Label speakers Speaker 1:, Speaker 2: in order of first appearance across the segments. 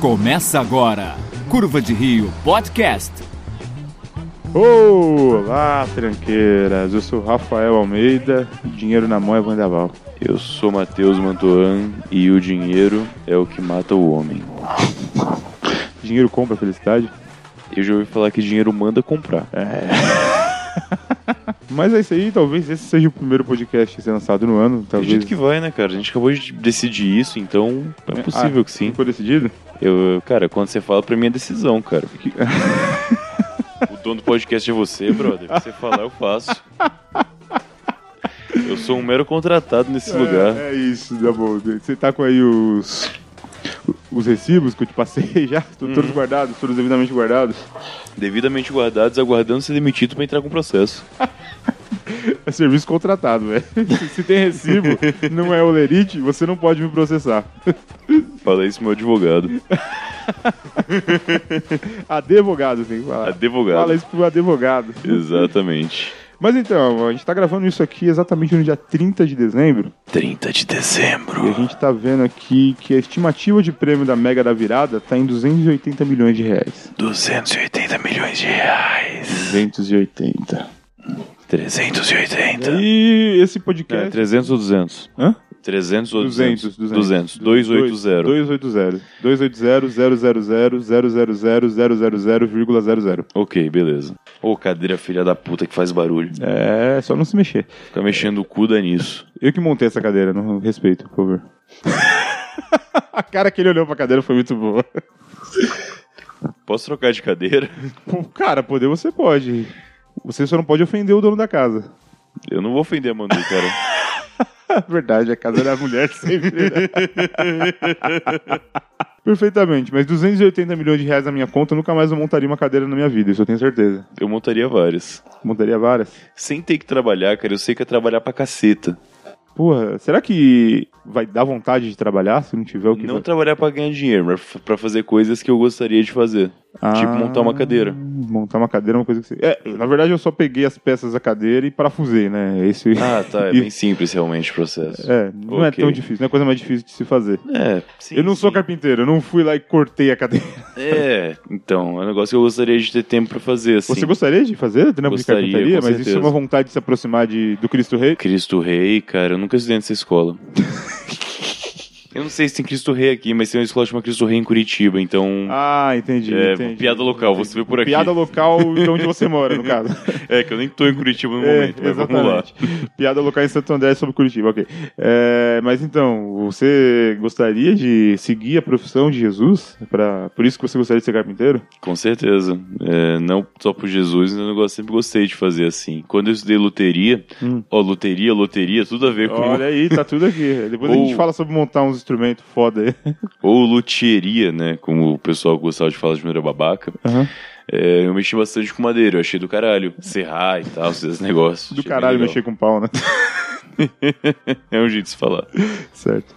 Speaker 1: Começa agora, Curva de Rio Podcast.
Speaker 2: Olá, tranqueiras! Eu sou Rafael Almeida, dinheiro na mão é Vandaval.
Speaker 3: Eu sou Matheus Mantoan e o dinheiro é o que mata o homem.
Speaker 2: Dinheiro compra felicidade?
Speaker 3: Eu já ouvi falar que dinheiro manda comprar.
Speaker 2: Mas é isso aí, talvez esse seja o primeiro podcast a ser lançado no ano. Talvez.
Speaker 3: Acredito que vai, né, cara? A gente acabou de decidir isso, então é possível que sim.
Speaker 2: Ficou Ah, decidido?
Speaker 3: Eu, cara, quando você fala, pra mim é decisão, cara. O dono do podcast é você, brother. Você falar, eu faço. Eu sou um mero contratado nesse lugar.
Speaker 2: É, é isso, tá bom. Você tá com aí os. Os recibos que eu te passei já,
Speaker 3: Hum.
Speaker 2: estão todos guardados, todos devidamente guardados.
Speaker 3: Devidamente guardados, aguardando ser demitido pra entrar com processo.
Speaker 2: É serviço contratado, velho. Se, se tem recibo, não é olerite, você não pode me processar.
Speaker 3: Fala isso, meu advogado.
Speaker 2: Advogado tem que falar.
Speaker 3: Advogado.
Speaker 2: Fala isso pro advogado.
Speaker 3: Exatamente.
Speaker 2: Mas então, a gente tá gravando isso aqui exatamente no dia 30 de dezembro.
Speaker 3: 30 de
Speaker 2: E a
Speaker 3: dezembro.
Speaker 2: gente tá vendo aqui que a estimativa de prêmio da Mega da Virada tá em 280 milhões de reais.
Speaker 3: 280 milhões de reais.
Speaker 2: 280.
Speaker 3: 380.
Speaker 2: E esse
Speaker 3: Não, é
Speaker 2: podcast.
Speaker 3: 300 ou 200?
Speaker 2: Hã?
Speaker 3: 300 ou 200?
Speaker 2: 200, 200.
Speaker 3: 280.
Speaker 2: 280. 280, 000, 000,
Speaker 3: Ok, beleza. Ô, cadeira filha da puta que faz barulho.
Speaker 2: É, só não se mexer.
Speaker 3: Fica mexendo o cu, dá nisso.
Speaker 2: Eu que montei essa cadeira, não respeito, por favor. a cara que ele olhou pra cadeira foi muito boa.
Speaker 3: Posso trocar de cadeira?
Speaker 2: Pô, Cara, poder você pode. Você só não pode ofender o dono da casa.
Speaker 3: Eu não vou ofender a Manu, cara.
Speaker 2: É verdade, a casa da mulher sempre. né? Perfeitamente, mas 280 milhões de reais na minha conta, eu nunca mais eu montaria uma cadeira na minha vida, isso eu tenho certeza.
Speaker 3: Eu montaria várias.
Speaker 2: Montaria várias.
Speaker 3: Sem ter que trabalhar, cara, eu sei que é trabalhar pra caceta.
Speaker 2: Porra, será que vai dar vontade de trabalhar se não tiver o que
Speaker 3: Não trabalhar pra ganhar dinheiro, mas f- pra fazer coisas que eu gostaria de fazer.
Speaker 2: Ah,
Speaker 3: Tipo montar uma cadeira.
Speaker 2: Montar uma cadeira é uma coisa que você. É, na verdade eu só peguei as peças da cadeira e parafusei, né? Esse...
Speaker 3: Ah, tá. É
Speaker 2: E-
Speaker 3: bem simples realmente o processo.
Speaker 2: É, não é
Speaker 3: Ok.
Speaker 2: tão difícil, não é coisa mais difícil de se fazer.
Speaker 3: É, sim,
Speaker 2: eu não sou
Speaker 3: sim.
Speaker 2: carpinteiro, eu não fui lá e cortei a cadeira.
Speaker 3: É, então, é um negócio que eu gostaria de ter tempo pra fazer, assim.
Speaker 2: Você gostaria de fazer trampo de
Speaker 3: Gostaria,
Speaker 2: carpintaria?
Speaker 3: com
Speaker 2: Mas isso é
Speaker 3: certeza.
Speaker 2: uma vontade de se aproximar de, do Cristo Rei?
Speaker 3: Cristo Rei, cara, eu nunca estudei nessa escola. eu não sei se tem Cristo Rei aqui, mas tem uma escola chamada Cristo Rei em Curitiba, então.
Speaker 2: Ah, entendi.
Speaker 3: é,
Speaker 2: entendi.
Speaker 3: piada local, você vê por aqui.
Speaker 2: Piada local de onde você mora, no caso.
Speaker 3: É, que eu nem tô em Curitiba no
Speaker 2: É,
Speaker 3: momento, mas vamos lá.
Speaker 2: exatamente. Piada local em Santo André sobre Curitiba, ok. É, mas então, você gostaria de seguir a profissão de Jesus? Pra, por isso que você gostaria de ser carpinteiro?
Speaker 3: Com certeza. É, não só por Jesus, mas é um negócio que eu sempre gostei de fazer assim. Quando eu estudei loteria,
Speaker 2: Hum.
Speaker 3: ó, loteria, loteria, tudo a ver com.
Speaker 2: Olha aí, tá tudo aqui. Depois a
Speaker 3: Ou-
Speaker 2: gente fala sobre montar uns instrumentos foda aí.
Speaker 3: Ou luteria, né? Como o pessoal gostava de falar de maneira babaca. É, eu mexi bastante com madeira, eu achei do caralho. Serrar e tal, esses negócios.
Speaker 2: Do
Speaker 3: achei bem
Speaker 2: caralho
Speaker 3: legal.
Speaker 2: mexer com pau, né?
Speaker 3: É um jeito de se falar.
Speaker 2: certo.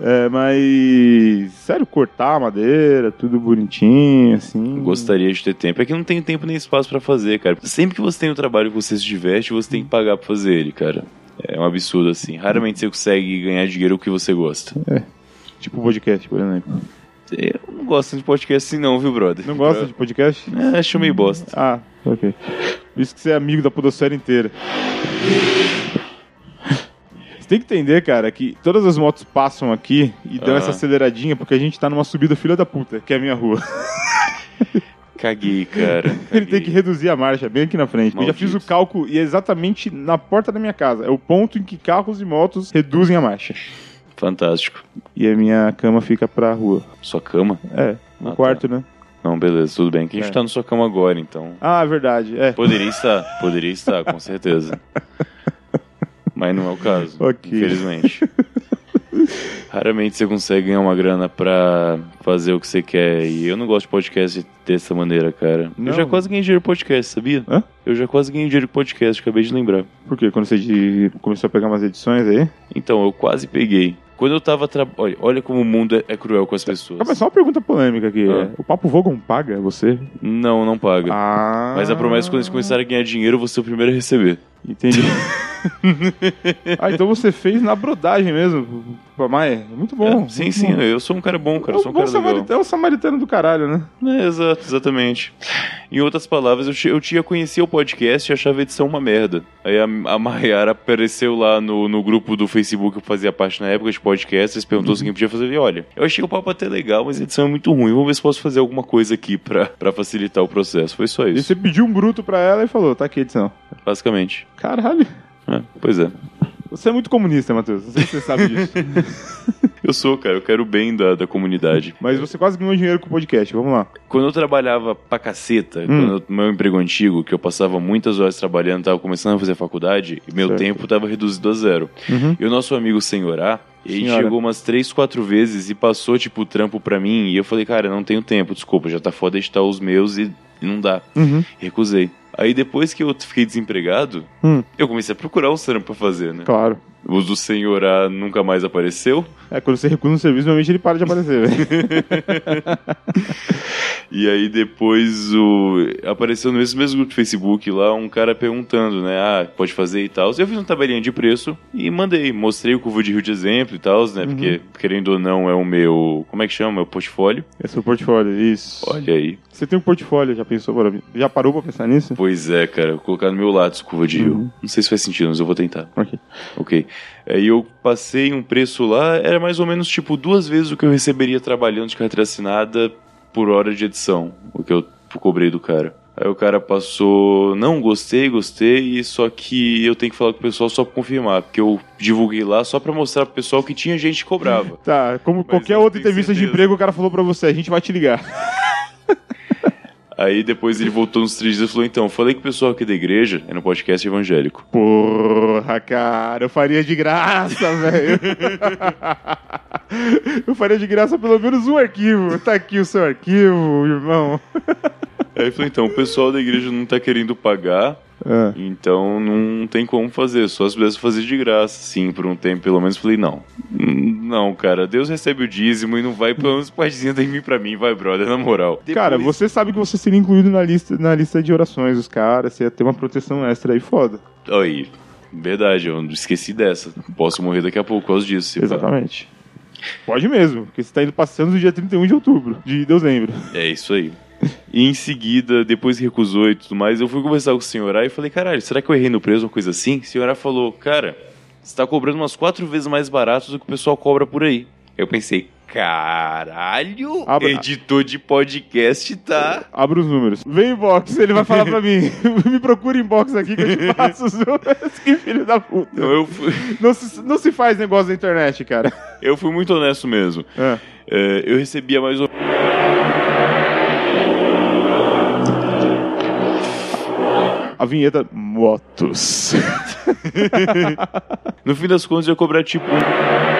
Speaker 2: É, mas. Sério, cortar a madeira, tudo bonitinho, assim.
Speaker 3: Gostaria de ter tempo. É que não tem tempo nem espaço pra fazer, cara. Sempre que você tem um trabalho que você se diverte, você tem que pagar pra fazer ele, cara. É um absurdo, assim. Raramente você consegue ganhar dinheiro com o que você gosta.
Speaker 2: Tipo podcast, por exemplo.
Speaker 3: Eu não gosto de podcast assim, não, viu, brother?
Speaker 2: Não gosta de podcast?
Speaker 3: É, acho meio bosta.
Speaker 2: Ah, ok. Por isso que você é amigo da podosfera inteira. Você tem que entender, cara, que todas as motos passam aqui e dão
Speaker 3: Ah.
Speaker 2: essa aceleradinha porque a gente tá numa subida filha da puta, que é a minha rua.
Speaker 3: Caguei, cara.
Speaker 2: Ele
Speaker 3: caguei.
Speaker 2: tem que reduzir a marcha bem aqui na frente. Eu já fiz o
Speaker 3: Maldito.
Speaker 2: cálculo e é exatamente na porta da minha casa. É o ponto em que carros e motos reduzem a marcha.
Speaker 3: Fantástico.
Speaker 2: E a minha cama fica pra rua.
Speaker 3: Sua cama?
Speaker 2: É,
Speaker 3: Ah,
Speaker 2: no
Speaker 3: tá.
Speaker 2: quarto, né?
Speaker 3: Não, beleza, tudo bem. Que a gente
Speaker 2: É.
Speaker 3: tá na sua cama agora, então.
Speaker 2: Ah, é verdade. É.
Speaker 3: Poderia estar, poderia estar, com certeza. Mas não é o caso,
Speaker 2: Ok.
Speaker 3: infelizmente. Raramente você consegue ganhar uma grana pra fazer o que você quer. E eu não gosto de podcast dessa maneira, cara.
Speaker 2: Não.
Speaker 3: Eu já quase ganhei dinheiro com podcast, sabia?
Speaker 2: Hã?
Speaker 3: Eu já quase ganhei dinheiro com podcast, acabei de lembrar.
Speaker 2: Por quê? Quando você de- começou a pegar umas edições aí?
Speaker 3: Então, eu quase peguei. Quando eu tava trabalhando. Olha como o mundo é- é cruel com as pessoas.
Speaker 2: Ah, mas só uma pergunta polêmica aqui.
Speaker 3: Ah.
Speaker 2: O Papo Vogon paga você?
Speaker 3: Não, não paga.
Speaker 2: Ah.
Speaker 3: é Mas a promessa é que quando eles começarem a ganhar dinheiro, eu vou ser o primeiro a receber.
Speaker 2: Entendi. Ah, então você fez na brodagem mesmo, Pamai. Muito bom.
Speaker 3: sim, sim, eu sou um cara bom,
Speaker 2: É
Speaker 3: cara. Eu sou
Speaker 2: um
Speaker 3: um
Speaker 2: bom
Speaker 3: cara legal.
Speaker 2: samaritano, é um samaritano do caralho, né?
Speaker 3: É, exato, exatamente. Em outras palavras, eu, ti- eu tinha conhecia o podcast e achava a edição uma merda. Aí a, a Mayara apareceu lá no, no grupo do Facebook que eu fazia parte na época de podcasts, perguntou se alguém podia fazer. Eu falei, olha, eu achei o papo até legal, mas a edição é muito ruim. Vou ver se posso fazer alguma coisa aqui pra, pra facilitar o processo. Foi só
Speaker 2: E
Speaker 3: isso,
Speaker 2: você pediu um bruto pra ela e falou, tá aqui a edição.
Speaker 3: basicamente.
Speaker 2: Caralho.
Speaker 3: É, pois é.
Speaker 2: Você é muito comunista, Matheus. Não sei se você sabe disso.
Speaker 3: Eu sou, cara, eu quero o bem da, da comunidade.
Speaker 2: Mas você quase ganhou dinheiro com o podcast. Vamos lá.
Speaker 3: Quando eu trabalhava pra caceta, quando eu- meu emprego antigo, que eu passava muitas horas trabalhando, tava começando a fazer faculdade, e meu
Speaker 2: Certo.
Speaker 3: tempo tava reduzido a zero.
Speaker 2: Uhum.
Speaker 3: E o nosso amigo Senhorá, ele
Speaker 2: Senhora.
Speaker 3: chegou umas três, quatro vezes e passou, tipo, o trampo pra mim, e eu falei, cara, não tenho tempo, desculpa, já tá foda editar os meus e não dá.
Speaker 2: Uhum.
Speaker 3: Recusei. Aí depois que eu fiquei desempregado,
Speaker 2: Hum.
Speaker 3: eu comecei a procurar o trampo pra fazer, né?
Speaker 2: Claro.
Speaker 3: O do Senhorá nunca mais apareceu.
Speaker 2: É, quando você recusa um serviço, normalmente ele para de aparecer, velho.
Speaker 3: E aí depois o... apareceu no mesmo, mesmo grupo do Facebook lá um cara perguntando, né? Ah, pode fazer e tal. Eu fiz uma tabelinha de preço e mandei. Mostrei o curvo de rio de exemplo e tal, né? Porque, querendo ou não, é o meu. Como é que chama? É o portfólio.
Speaker 2: É seu portfólio, isso.
Speaker 3: Olha aí.
Speaker 2: Você tem um portfólio, já pensou? pra- Já parou pra pensar nisso?
Speaker 3: Pois é, cara. Vou colocar no meu lado essa curva de rio.
Speaker 2: Uhum.
Speaker 3: Não sei se faz sentido, mas eu vou tentar.
Speaker 2: Ok.
Speaker 3: Ok. Aí eu passei um preço lá, era mais ou menos tipo duas vezes o que eu receberia trabalhando de carteira assinada por hora de edição, o que eu cobrei do cara. Aí o cara passou, não, gostei, gostei, só que eu tenho que falar com o pessoal só pra confirmar, porque eu divulguei lá só pra mostrar pro pessoal que tinha gente que cobrava.
Speaker 2: Tá, como
Speaker 3: Mas
Speaker 2: qualquer
Speaker 3: eu
Speaker 2: outra
Speaker 3: tenho
Speaker 2: entrevista de
Speaker 3: certeza.
Speaker 2: emprego, o cara falou pra você, a gente vai te ligar.
Speaker 3: Aí depois ele voltou nos três dias e falou, então, falei com o pessoal aqui da igreja, é no podcast evangélico.
Speaker 2: Porra, cara, eu faria de graça, velho. eu faria de graça pelo menos um arquivo. Tá aqui o seu arquivo, irmão.
Speaker 3: Aí eu falei, então, o pessoal da igreja não tá querendo pagar,
Speaker 2: É.
Speaker 3: Então não tem como fazer, só se pudesse fazer de graça, sim, por um tempo pelo menos. Falei, não. Hum, Não, cara, Deus recebe o dízimo e não vai, pelo menos partezinha tem que vir pra mim, vai, brother, na moral.
Speaker 2: É. Cara,
Speaker 3: Depois-
Speaker 2: você sabe que você seria incluído na lista, na lista de orações dos caras, você ia ter uma proteção extra aí foda.
Speaker 3: Aí, verdade, eu esqueci dessa. Posso morrer daqui a pouco por causa disso. se pá.
Speaker 2: Exatamente. Tipo, Pode mesmo, porque você tá indo passando do dia 31 de outubro, de dezembro.
Speaker 3: É isso aí. E em seguida, depois que recusou e tudo mais, eu fui conversar com o senhor A e falei, caralho, será que eu errei no preço, uma coisa assim? O senhor A falou, cara, você tá cobrando umas quatro vezes mais barato do que o pessoal cobra por aí. Eu pensei, caralho,
Speaker 2: Abra-
Speaker 3: editor de podcast tá...
Speaker 2: Abra os números. Vem inbox, ele vai falar pra mim. Me procura inbox aqui que eu te passo os números. Que filho da puta.
Speaker 3: Então eu fui,
Speaker 2: Não se, não se faz negócio na internet, cara.
Speaker 3: eu fui muito honesto mesmo.
Speaker 2: É.
Speaker 3: É, eu recebia mais ou
Speaker 2: A vinheta Motos.
Speaker 3: No fim das contas, eu ia cobrar tipo um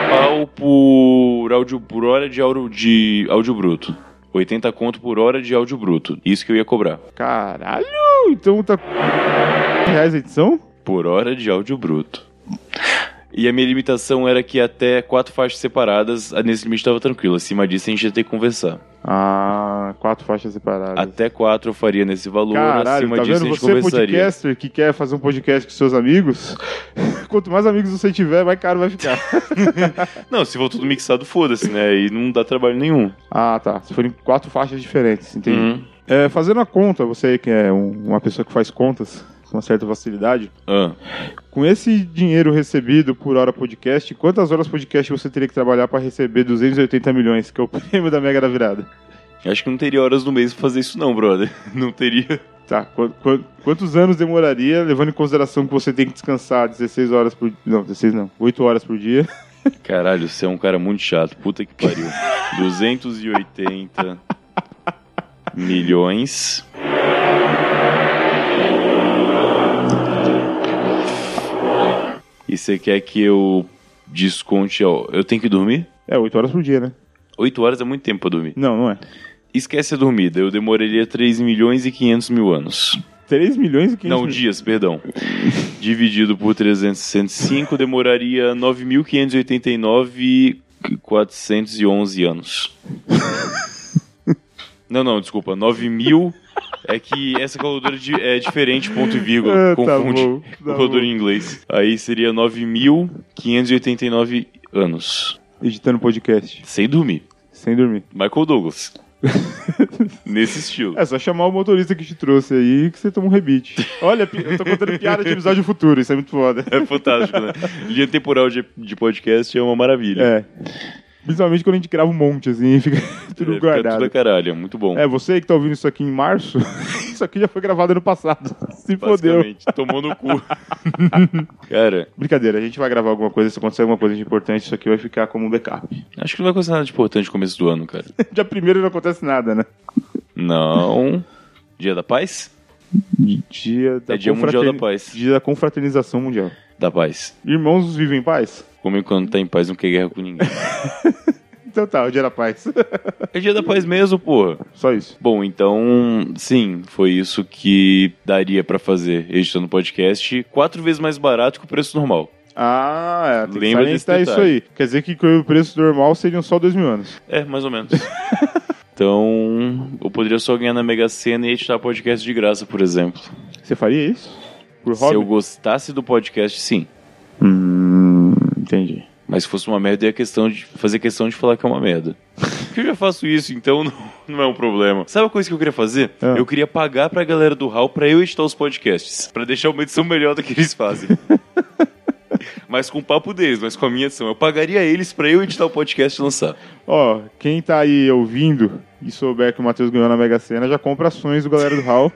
Speaker 3: pau por, áudio, por hora de áudio, de áudio bruto. 80 conto por hora de áudio bruto. Isso que eu ia cobrar.
Speaker 2: Caralho! Então tá. reais a edição?
Speaker 3: por hora de áudio bruto. E a minha limitação era que até quatro faixas separadas, a- nesse limite estava tranquilo. Acima disso, a gente ia ter que conversar.
Speaker 2: Ah, quatro faixas separadas.
Speaker 3: Até quatro eu faria nesse valor,
Speaker 2: Caralho,
Speaker 3: acima
Speaker 2: tá
Speaker 3: disso
Speaker 2: vendo?
Speaker 3: a gente
Speaker 2: Você,
Speaker 3: conversaria.
Speaker 2: podcaster, que quer fazer um podcast com seus amigos, quanto mais amigos você tiver, mais caro vai ficar.
Speaker 3: Não, se for tudo mixado, foda-se, né? E não dá trabalho nenhum.
Speaker 2: ah, tá. Se forem quatro faixas diferentes, entendi.
Speaker 3: Uhum.
Speaker 2: É, fazendo a conta, você que é um- uma pessoa que faz contas com uma certa facilidade,
Speaker 3: Ah,
Speaker 2: com esse dinheiro recebido por hora podcast, quantas horas podcast você teria que trabalhar para receber 280 milhões, que é o prêmio da Mega da Virada?
Speaker 3: acho que não teria horas no mês pra fazer isso não, brother. Não teria.
Speaker 2: Tá, qu- qu- quantos anos demoraria, levando em consideração que você tem que descansar 16 horas por Não, 16 não, 8 horas por dia.
Speaker 3: Caralho, você é um cara muito chato. Puta que pariu. 280 milhões. E você quer que eu desconte ó, Eu tenho que dormir?
Speaker 2: É, 8 horas por dia, né?
Speaker 3: 8 horas é muito tempo pra dormir.
Speaker 2: Não, não é.
Speaker 3: Esquece a dormida, eu demoraria 3 milhões e 500 mil anos.
Speaker 2: 3 milhões e 500
Speaker 3: Não, dias, perdão. Dividido por 365 demoraria 9.589.411 anos. Não, não, desculpa. 9.000 É que essa calculadora de- é diferente, ponto e
Speaker 2: Ah,
Speaker 3: vírgula.
Speaker 2: tá
Speaker 3: confunde.
Speaker 2: bom, tá
Speaker 3: calculadora em inglês. Aí seria 9.589 anos.
Speaker 2: Editando podcast,
Speaker 3: Sem dormir.
Speaker 2: sem dormir.
Speaker 3: Michael Douglas. Nesse estilo.
Speaker 2: É só chamar o motorista que te trouxe aí que você toma um rebite. Olha, pi- eu tô contando piada de episódio futuro, isso é muito foda.
Speaker 3: É fantástico, né? Linha temporal de, de podcast é uma maravilha.
Speaker 2: É. Principalmente quando a gente grava um monte, assim, fica tudo
Speaker 3: É, fica
Speaker 2: guardado.
Speaker 3: tudo a caralho, é muito bom.
Speaker 2: É, você que tá ouvindo isso aqui em março, isso aqui já foi gravado ano passado. Se fodeu.
Speaker 3: basicamente. Tomou no cu. Cara,
Speaker 2: Brincadeira, a gente vai gravar alguma coisa, se acontecer alguma coisa de importante, isso aqui vai ficar como um backup.
Speaker 3: acho que não vai acontecer nada de importante no começo do ano, cara.
Speaker 2: Dia primeiro não acontece nada, né?
Speaker 3: Não. Dia da Paz?
Speaker 2: Dia da
Speaker 3: É Dia Mundial da Paz.
Speaker 2: Dia da confraternização mundial.
Speaker 3: Da Paz.
Speaker 2: Irmãos vivem em paz?
Speaker 3: Como quando tá em paz não quer guerra com ninguém.
Speaker 2: Então tá, o dia da paz.
Speaker 3: É Dia da Paz mesmo, porra.
Speaker 2: Só isso.
Speaker 3: Bom, então, sim, foi isso que daria pra fazer editando podcast. Quatro vezes mais barato que o preço normal.
Speaker 2: Ah, é, tem
Speaker 3: Lembra
Speaker 2: que
Speaker 3: desse
Speaker 2: salientar isso
Speaker 3: detalhe.
Speaker 2: aí. Quer dizer que com o preço normal seriam só dois mil anos.
Speaker 3: É, mais ou menos. então, eu poderia só ganhar na Mega Sena e editar podcast de graça, por exemplo.
Speaker 2: Você faria isso? Por
Speaker 3: Se
Speaker 2: hobby?
Speaker 3: eu gostasse do podcast, sim.
Speaker 2: Hum, entendi.
Speaker 3: Mas se fosse uma merda, eu ia questão de fazer questão de falar que é uma merda. Porque eu já faço isso, então não, não é um problema. Sabe a coisa que eu queria fazer?
Speaker 2: Ah.
Speaker 3: Eu queria pagar pra galera do HAL pra eu editar os podcasts. Pra deixar uma edição melhor do que eles fazem. mas com o papo deles, mas com a minha edição. Eu pagaria eles pra eu editar o podcast e lançar.
Speaker 2: Ó, quem tá aí ouvindo e souber que o Matheus ganhou na Mega Sena, já compra ações do Galera do Hall.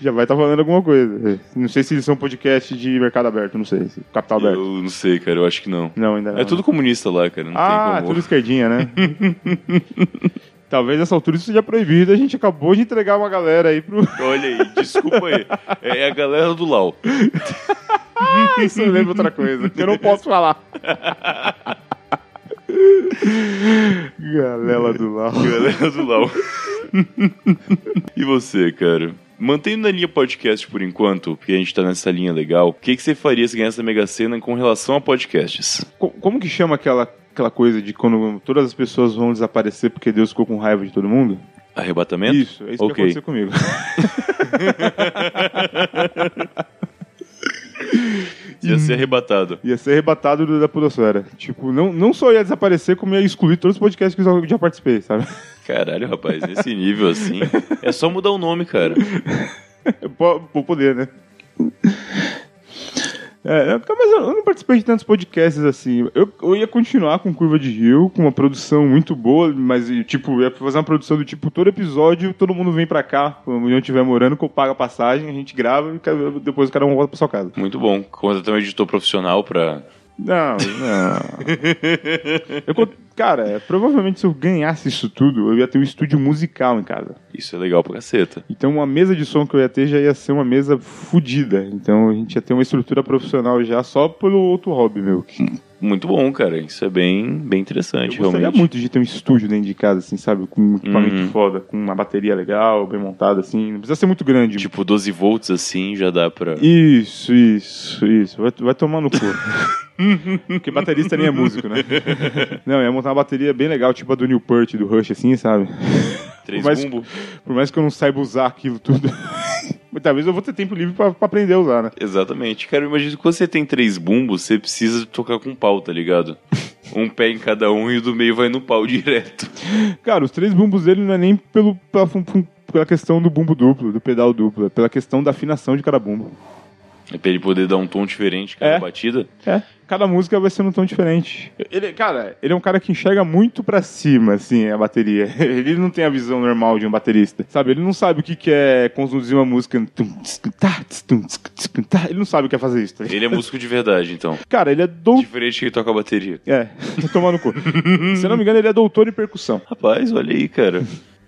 Speaker 2: já vai estar tá valendo alguma coisa. Não sei se eles são podcast de mercado aberto, não sei. se- Capital aberto.
Speaker 3: Eu não sei, cara. Eu acho que não.
Speaker 2: Não, ainda não.
Speaker 3: É tudo comunista lá, cara. Não
Speaker 2: ah,
Speaker 3: tem como.
Speaker 2: tudo esquerdinha, né? Talvez nessa altura isso seja proibido. A gente acabou de entregar uma galera aí pro.
Speaker 3: Olha aí, desculpa aí. É a galera do LAU.
Speaker 2: Ah, isso me lembra outra coisa que eu não posso falar. Galera do Lau.
Speaker 3: Galera do LOL. e você, cara? Mantendo na linha podcast por enquanto, porque a gente tá nessa linha legal, o que, que você faria se ganhasse a Mega Sena com relação a podcasts?
Speaker 2: Co- Como que chama aquela, aquela coisa de quando todas as pessoas vão desaparecer porque Deus ficou com raiva de todo mundo?
Speaker 3: Arrebatamento?
Speaker 2: Isso, é isso
Speaker 3: Ok.
Speaker 2: que aconteceu comigo.
Speaker 3: Ia ser arrebatado.
Speaker 2: Ia ser arrebatado do- da podosfera. Tipo, não, não só ia desaparecer, como ia excluir todos os podcasts que eu já- já participei, sabe?
Speaker 3: Caralho, rapaz, nesse nível assim. É só mudar o nome, cara.
Speaker 2: É Po- Por poder, né? É, eu- mas eu eu não participei de tantos podcasts assim. Eu, eu ia continuar com Curva de Rio, com uma produção muito boa, mas e, tipo, ia fazer uma produção do tipo, todo episódio, todo mundo vem pra cá, onde eu estiver morando, que eu pago a passagem, a gente grava e ca- depois o cara volta pra sua casa.
Speaker 3: Muito bom. Contratar um editor profissional pra.
Speaker 2: Não, não. Eu con- cara, provavelmente se eu ganhasse isso tudo, eu ia ter um estúdio musical em casa.
Speaker 3: Isso é legal pra caceta.
Speaker 2: Então uma mesa de som que eu ia ter já ia ser uma mesa fodida. Então a gente ia ter uma estrutura profissional já só pelo outro hobby meu.
Speaker 3: Muito bom, cara. Isso é bem, bem
Speaker 2: Eu
Speaker 3: interessante,
Speaker 2: gostaria
Speaker 3: realmente.
Speaker 2: muito de ter um estúdio dentro de casa, assim, sabe? Com um equipamento
Speaker 3: Uhum.
Speaker 2: foda, com uma bateria legal, bem montada, assim. Não precisa ser muito grande.
Speaker 3: Tipo, 12 volts assim já dá pra.
Speaker 2: Isso, isso, isso. Vai, vai tomar no cu. Porque baterista nem é músico, né? Não, ia montar uma bateria bem legal, tipo a do Neil Peart, do Rush, assim, sabe?
Speaker 3: Três
Speaker 2: mas-
Speaker 3: bumbo.
Speaker 2: Por mais que eu não saiba usar aquilo tudo. Muitas vezes eu vou ter tempo livre pra, pra aprender a usar, né?
Speaker 3: Exatamente. Cara, eu imagino que quando você tem três bumbos, você precisa tocar com pau, tá ligado? Um pé em cada um e o do meio vai no pau direto.
Speaker 2: Cara, os três bumbos dele não é nem pelo, pela, fun- fun- pela questão do bumbo duplo, do pedal duplo, é pela questão da afinação de cada bumbo.
Speaker 3: É pra ele poder dar um tom diferente cada
Speaker 2: É.
Speaker 3: batida.
Speaker 2: É, cada música vai ser num tom diferente. Ele, cara, ele é um cara que enxerga muito pra cima, assim, a bateria. Ele não tem a visão normal de um baterista, sabe? Ele não sabe o que, que é conduzir uma música. Tum, tsk, tá, tsk, tum, tsk, tsk, tá. Ele não sabe o que é fazer isso. tá ligado?
Speaker 3: Ele é músico de verdade, então.
Speaker 2: Cara, ele é doutor.
Speaker 3: Diferente que ele toca a bateria.
Speaker 2: É, tô tomando cu. Se eu não me engano, ele é doutor em percussão.
Speaker 3: Rapaz, olha aí, cara.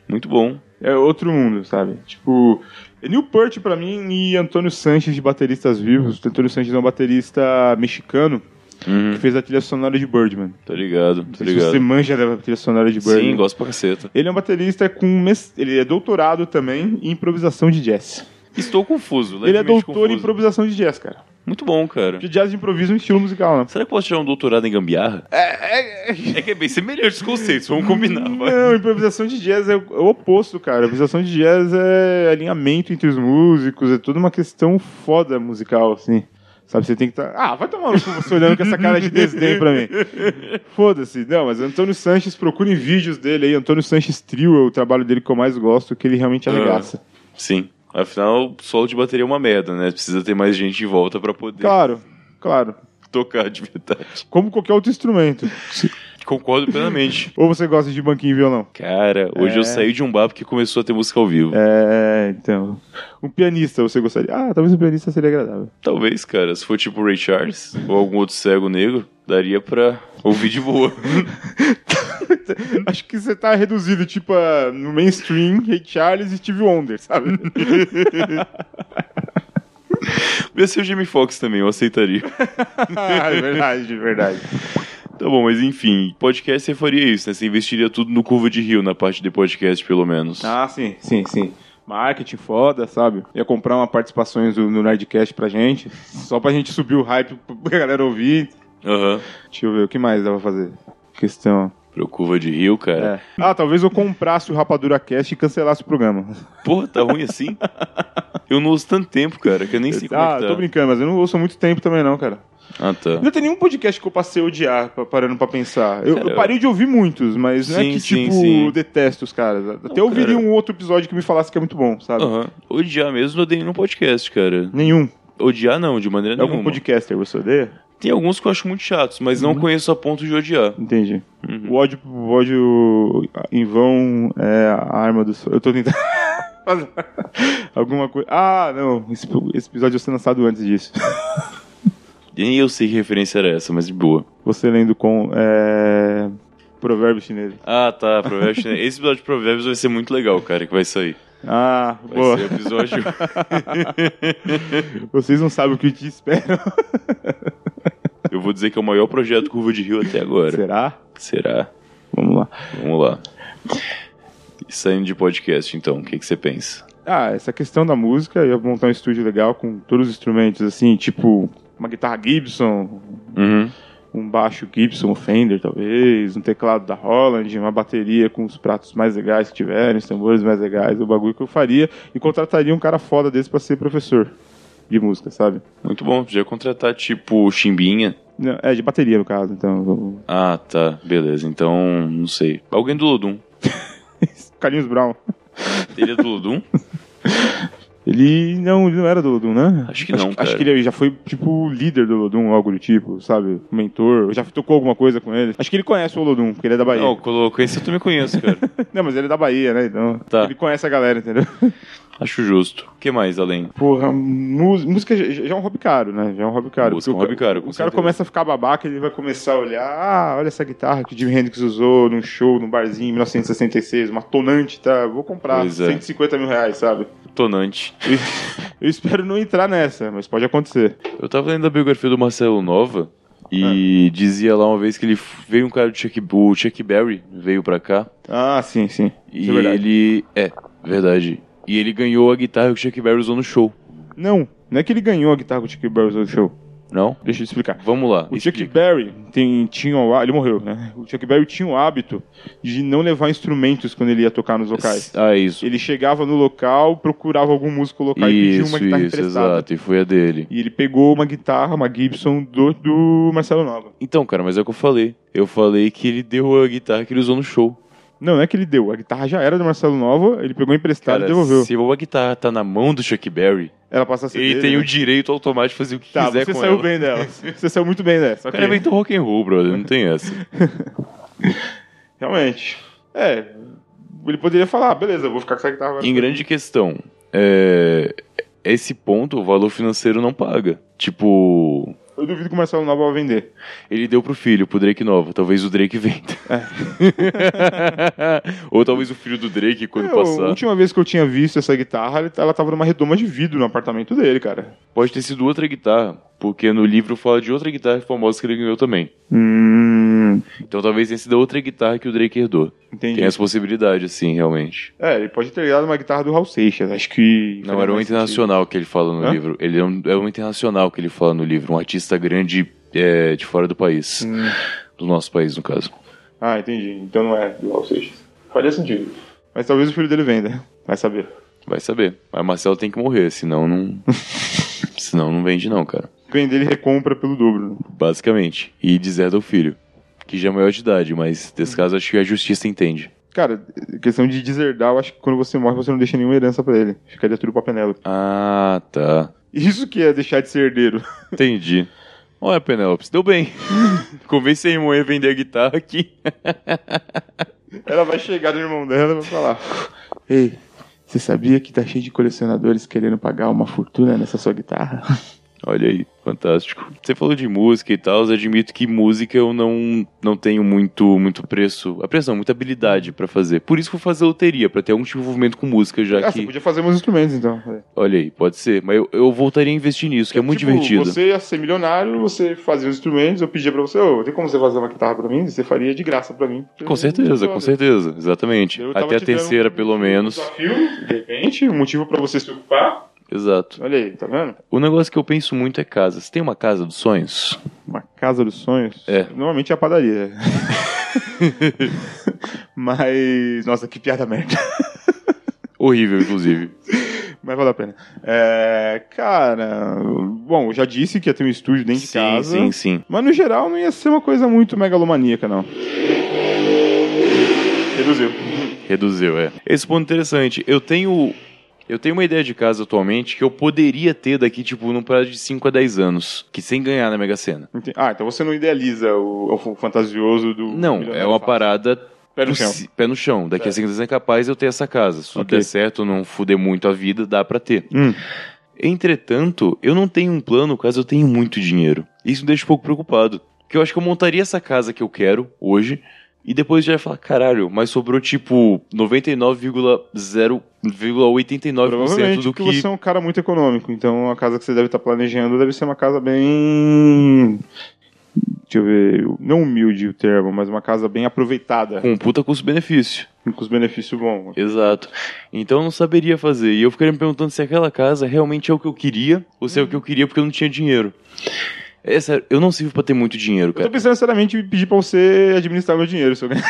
Speaker 3: Muito bom.
Speaker 2: É outro mundo, sabe? Tipo, Neil Peart pra mim e Antônio Sanches de bateristas vivos. Antônio Sanches é um baterista mexicano que
Speaker 3: Uhum,
Speaker 2: fez a trilha sonora de Birdman.
Speaker 3: tô ligado,
Speaker 2: Não
Speaker 3: tô
Speaker 2: sei se você
Speaker 3: ligado.
Speaker 2: manja da trilha sonora de Birdman.
Speaker 3: Sim, gosto pra caceta.
Speaker 2: Ele é um baterista com mes- ele é doutorado também em improvisação de jazz.
Speaker 3: Estou confuso,
Speaker 2: ele é
Speaker 3: levemente
Speaker 2: doutor em
Speaker 3: confuso.
Speaker 2: improvisação de jazz, cara.
Speaker 3: Muito bom, cara.
Speaker 2: Porque jazz de improviso é um estilo musical, né?
Speaker 3: Será que eu posso tirar um doutorado em gambiarra?
Speaker 2: É, é, é.
Speaker 3: É que é bem semelhante os conceitos, vamos combinar, vai.
Speaker 2: Não, improvisação de jazz é o é o oposto, cara. Improvisação de jazz é alinhamento entre os músicos, é toda uma questão foda musical, assim. Sabe, você tem que estar. Ah, vai tomar no cu você olhando com essa cara de desdém pra mim. Foda-se. Não, mas Antônio Sanches, procurem vídeos dele aí. Antônio Sanches Trio é o trabalho dele que eu mais gosto, que ele realmente arregaça.
Speaker 3: Sim. Afinal, solo de bateria é uma merda, né? Precisa ter mais gente em volta pra poder
Speaker 2: Claro, claro.
Speaker 3: tocar de verdade.
Speaker 2: Como qualquer outro instrumento.
Speaker 3: Concordo plenamente.
Speaker 2: Ou você gosta de banquinho e violão?
Speaker 3: Cara, hoje eu saí de um bar porque começou a ter música ao vivo.
Speaker 2: É, então. Um pianista você gostaria? Ah, talvez um pianista seria agradável.
Speaker 3: Talvez, cara, se for tipo Ray Charles ou algum outro cego negro, daria pra ouvir de boa.
Speaker 2: Acho que você tá reduzido, tipo, a- no mainstream, Ray Charles e Steve Wonder, sabe?
Speaker 3: Vê se o Jimmy Fox também, eu aceitaria.
Speaker 2: ah, é verdade, é verdade.
Speaker 3: Tá bom, mas enfim, podcast você faria isso, né? Você investiria tudo no Curva de Rio, na parte de podcast, pelo menos.
Speaker 2: Ah, sim, sim, sim. Marketing foda, sabe? Ia comprar uma participações do- no Nerdcast pra gente, só pra gente subir o hype pra galera ouvir.
Speaker 3: Aham.
Speaker 2: Deixa eu ver, o que mais dá pra fazer? Questão.
Speaker 3: Pro Curva de Rio, cara.
Speaker 2: É. Ah, talvez eu comprasse o Rapadura Cast e cancelasse o programa.
Speaker 3: Porra, tá ruim assim? Eu não uso tanto tempo, cara, que eu nem sei como
Speaker 2: ah,
Speaker 3: é que tá.
Speaker 2: tô brincando, mas eu não ouço há muito tempo também, não, cara.
Speaker 3: Ah, tá.
Speaker 2: Não tem nenhum podcast que eu passei a odiar, pa- parando pra pensar. Eu,
Speaker 3: Cara,
Speaker 2: eu parei de ouvir muitos, mas não
Speaker 3: Sim,
Speaker 2: é que,
Speaker 3: sim,
Speaker 2: tipo,
Speaker 3: sim.
Speaker 2: eu detesto os caras. Até eu ouviria
Speaker 3: cara. Ah.
Speaker 2: um outro episódio que me falasse que é muito bom, sabe?
Speaker 3: Aham. Odiar mesmo, eu odeio no podcast, cara.
Speaker 2: Nenhum.
Speaker 3: Odiar não, de maneira
Speaker 2: É algum
Speaker 3: nenhuma.
Speaker 2: podcaster, você odeia?
Speaker 3: Tem alguns que eu acho muito chatos, mas não conheço a ponto de odiar.
Speaker 2: Entendi.
Speaker 3: Uhum.
Speaker 2: O ódio, o ódio em vão é a arma do... so- Eu tô tentando... fazer Alguma coisa. Ah, não. Esse, esse episódio ia ser lançado antes disso.
Speaker 3: Nem eu sei que referência era essa, mas de boa.
Speaker 2: Você lendo com. É... Provérbio chinês.
Speaker 3: Ah, tá, Provérbios chinês. Esse episódio de Provérbios vai ser muito legal, cara, que vai sair.
Speaker 2: Ah,
Speaker 3: Vai
Speaker 2: boa.
Speaker 3: ser episódio...
Speaker 2: Vocês não sabem o que te espera.
Speaker 3: eu vou dizer que é o maior projeto Curva de Rio até agora.
Speaker 2: Será?
Speaker 3: Será?
Speaker 2: Vamos lá.
Speaker 3: Vamos lá. E saindo de podcast, então, o que, que você pensa?
Speaker 2: Ah, essa questão da música, eu ia montar um estúdio legal com todos os instrumentos, assim, tipo uma guitarra Gibson,
Speaker 3: Uhum.
Speaker 2: um baixo Gibson, um Fender, talvez, um teclado da Holland, uma bateria com os pratos mais legais que tiverem, os tambores mais legais, o bagulho que eu faria, e contrataria um cara foda desse pra ser professor de música, sabe?
Speaker 3: Muito bom, podia contratar tipo Chimbinha.
Speaker 2: Não, é, de bateria, no caso, então. eu-
Speaker 3: Ah, tá, beleza. Então, não sei. Alguém do Ludum.
Speaker 2: Carlinhos Brown.
Speaker 3: Ele é do Ludum?
Speaker 2: Ele não, ele não era do Lodum, né?
Speaker 3: Acho que não, cara.
Speaker 2: Acho que ele já foi, tipo, líder do Lodum, algo do tipo, sabe? Mentor, já tocou alguma coisa com ele. Acho que ele conhece o Lodum, porque ele é da Bahia.
Speaker 3: Não,
Speaker 2: Não,
Speaker 3: colocou esse eu também conheço, cara.
Speaker 2: mas ele é da Bahia, né? Então,
Speaker 3: Tá.
Speaker 2: ele conhece a galera, entendeu?
Speaker 3: Acho justo. O que mais além?
Speaker 2: Porra, mu- música já já é um hobby caro, né? Já é um hobby caro.
Speaker 3: Música é um
Speaker 2: Porque o
Speaker 3: hobby
Speaker 2: ca-
Speaker 3: caro, com
Speaker 2: O cara
Speaker 3: certeza.
Speaker 2: começa a ficar babaca, ele vai começar a olhar, ah, olha essa guitarra que o Jimi Hendrix usou num show, num barzinho em 1966, uma tonante, tá? Vou comprar,
Speaker 3: Pois é.
Speaker 2: 150 mil reais, sabe?
Speaker 3: Tonante.
Speaker 2: Eu espero não entrar nessa, mas pode acontecer.
Speaker 3: Eu tava lendo a biografia do Marcelo Nova e
Speaker 2: Ah.
Speaker 3: dizia lá uma vez que ele f- veio um cara do Chuck, o Chuck Berry veio pra cá
Speaker 2: Ah, sim, sim.
Speaker 3: e
Speaker 2: Isso é verdade.
Speaker 3: ele é verdade. E ele ganhou a guitarra que o Chuck Berry usou no show.
Speaker 2: Não, não é que ele ganhou a guitarra com o Chuck Berry no show.
Speaker 3: Não?
Speaker 2: Deixa eu explicar.
Speaker 3: Vamos lá.
Speaker 2: O Chuck
Speaker 3: explica.
Speaker 2: Berry tem, tinha o há- ele morreu, né? O Chuck Berry tinha o hábito de não levar instrumentos quando ele ia tocar nos locais.
Speaker 3: Ah, isso.
Speaker 2: Ele chegava no local, procurava algum músico local e pedia
Speaker 3: Isso,
Speaker 2: uma guitarra
Speaker 3: isso,
Speaker 2: emprestada.
Speaker 3: exato. E foi a dele.
Speaker 2: E ele pegou uma guitarra, uma Gibson do, do Marcelo Nova.
Speaker 3: Então, cara, mas é o que eu falei. Eu falei que ele deu a guitarra que ele usou no show.
Speaker 2: Não, não é que ele deu, a guitarra já era do Marcelo Nova, ele pegou emprestada
Speaker 3: Cara,
Speaker 2: e devolveu.
Speaker 3: se a guitarra tá na mão do Chuck Berry,
Speaker 2: Ela passa a ser
Speaker 3: ele
Speaker 2: dele,
Speaker 3: tem
Speaker 2: né?
Speaker 3: o direito automático de fazer o que
Speaker 2: Tá,
Speaker 3: quiser
Speaker 2: você
Speaker 3: com
Speaker 2: saiu
Speaker 3: ela.
Speaker 2: bem dela. Você saiu muito bem dessa.
Speaker 3: O cara
Speaker 2: ok.
Speaker 3: inventou rock and roll, brother, não tem essa.
Speaker 2: Realmente. É. Ele poderia falar, "Ah, beleza, eu vou ficar com essa guitarra.
Speaker 3: em grande questão, é... esse ponto o valor financeiro não paga. Tipo,
Speaker 2: Eu duvido que o Marcelo Nova vai vender.
Speaker 3: ele deu pro filho, pro Drake Nova. Talvez o Drake venda.
Speaker 2: É.
Speaker 3: Ou talvez o filho do Drake quando
Speaker 2: Eu- É, A
Speaker 3: passar.
Speaker 2: última vez que eu tinha visto essa guitarra, ele- ela tava numa redoma de vidro no apartamento dele, cara.
Speaker 3: Pode ter sido outra guitarra, porque no livro fala de outra guitarra famosa que ele ganhou também.
Speaker 2: Hum.
Speaker 3: Então talvez tenha sido a outra guitarra que o Drake herdou.
Speaker 2: Entendi.
Speaker 3: Tem essa possibilidade, assim, realmente.
Speaker 2: É, ele pode ter ligado uma guitarra do Raul Seixas, acho que.
Speaker 3: Não, era um internacional que ele fala no
Speaker 2: Hã?
Speaker 3: livro. Ele é um, é um internacional que ele fala no livro, um artista grande é, de fora do país.
Speaker 2: Hum.
Speaker 3: Do nosso país, no caso.
Speaker 2: Ah, entendi. Então não é do Raul Seixas. Faria sentido. Mas talvez o filho dele venda. Vai saber.
Speaker 3: Vai saber. Mas Marcelo tem que morrer, senão não. senão não vende, não, cara.
Speaker 2: Vender ele recompra pelo dobro. né?
Speaker 3: Basicamente. E deserta o filho. Que já é maior de idade, mas nesse caso acho que a justiça entende.
Speaker 2: Cara, questão de deserdar, eu acho que quando você morre você não deixa nenhuma herança pra ele. Ficaria tudo pra Penélope.
Speaker 3: Ah, tá.
Speaker 2: Isso que é deixar de ser herdeiro.
Speaker 3: Entendi. Olha, Penélope, se deu bem. Convencei a irmã a vender a guitarra aqui.
Speaker 2: Ela vai chegar no irmão dela e vai falar: Ei, você sabia que tá cheio de colecionadores querendo pagar uma fortuna nessa sua guitarra?
Speaker 3: Olha aí, fantástico. Você falou de música e tal, eu admito que música eu não, não tenho muito muito preço, a pressão, muita habilidade pra fazer. Por isso que eu vou fazer loteria, pra ter algum tipo de envolvimento com música, já
Speaker 2: Ah,
Speaker 3: que.
Speaker 2: você podia fazer meus instrumentos então.
Speaker 3: Olha aí, pode ser, mas eu, eu voltaria a investir nisso, que é muito
Speaker 2: Tipo,
Speaker 3: divertido.
Speaker 2: Você ia ser milionário, você fazia os instrumentos, eu pedia pra você: Ô, tem como você fazer uma guitarra pra mim? Você faria de graça pra mim.
Speaker 3: Com certeza, com certeza, exatamente.
Speaker 2: um Eu tava
Speaker 3: Até a
Speaker 2: te dando
Speaker 3: terceira,
Speaker 2: um
Speaker 3: pelo menos.
Speaker 2: Desafio, de repente, um motivo pra você se ocupar.
Speaker 3: Exato.
Speaker 2: Olha aí, tá vendo?
Speaker 3: O negócio que eu penso muito é casa. Você tem uma casa dos sonhos?
Speaker 2: Uma casa dos sonhos?
Speaker 3: É.
Speaker 2: Normalmente é a padaria. Mas. Nossa, que piada merda.
Speaker 3: Horrível, inclusive.
Speaker 2: Mas vale a pena. É, cara. Bom, eu já disse que ia ter um estúdio dentro de
Speaker 3: sim,
Speaker 2: casa.
Speaker 3: sim, sim.
Speaker 2: Mas no geral não ia ser uma coisa muito megalomaníaca, não. Reduziu.
Speaker 3: Reduziu, é. Esse ponto interessante. Eu tenho. Eu tenho uma ideia de casa atualmente que eu poderia ter daqui, tipo, num prazo de 5 a 10 anos. Que sem ganhar na Mega Sena.
Speaker 2: Ente- Ah, então você não idealiza o, o fantasioso do.
Speaker 3: Não, é
Speaker 2: milionário
Speaker 3: uma
Speaker 2: fácil.
Speaker 3: parada.
Speaker 2: Pé no chão.
Speaker 3: possi- Pé no chão. Daqui a 5 a 10 anos é capaz eu ter essa casa. Se tudo
Speaker 2: Ok.
Speaker 3: der certo, não fuder muito a vida, dá pra ter.
Speaker 2: Hum.
Speaker 3: Entretanto, eu não tenho um plano caso eu tenha muito dinheiro. Isso me deixa um pouco preocupado. Porque eu acho que eu montaria essa casa que eu quero hoje e depois já ia falar, caralho, mas sobrou tipo 99,0,89%
Speaker 2: Provavelmente
Speaker 3: do
Speaker 2: porque
Speaker 3: que.
Speaker 2: você é um cara muito econômico, então a casa que você deve estar planejando deve ser uma casa bem. Deixa eu ver, não humilde o termo, mas uma casa bem aproveitada,
Speaker 3: Com um puta custo-benefício.
Speaker 2: com os benefícios bons. né?
Speaker 3: Exato. Então eu não saberia fazer. E eu ficaria me perguntando se aquela casa realmente é o que eu queria ou se é o que eu queria porque eu não tinha dinheiro. É sério, eu não sirvo pra ter muito dinheiro,
Speaker 2: Eu tô
Speaker 3: cara.
Speaker 2: pensando seriamente em pedir pra você administrar meu dinheiro, seu ganhar.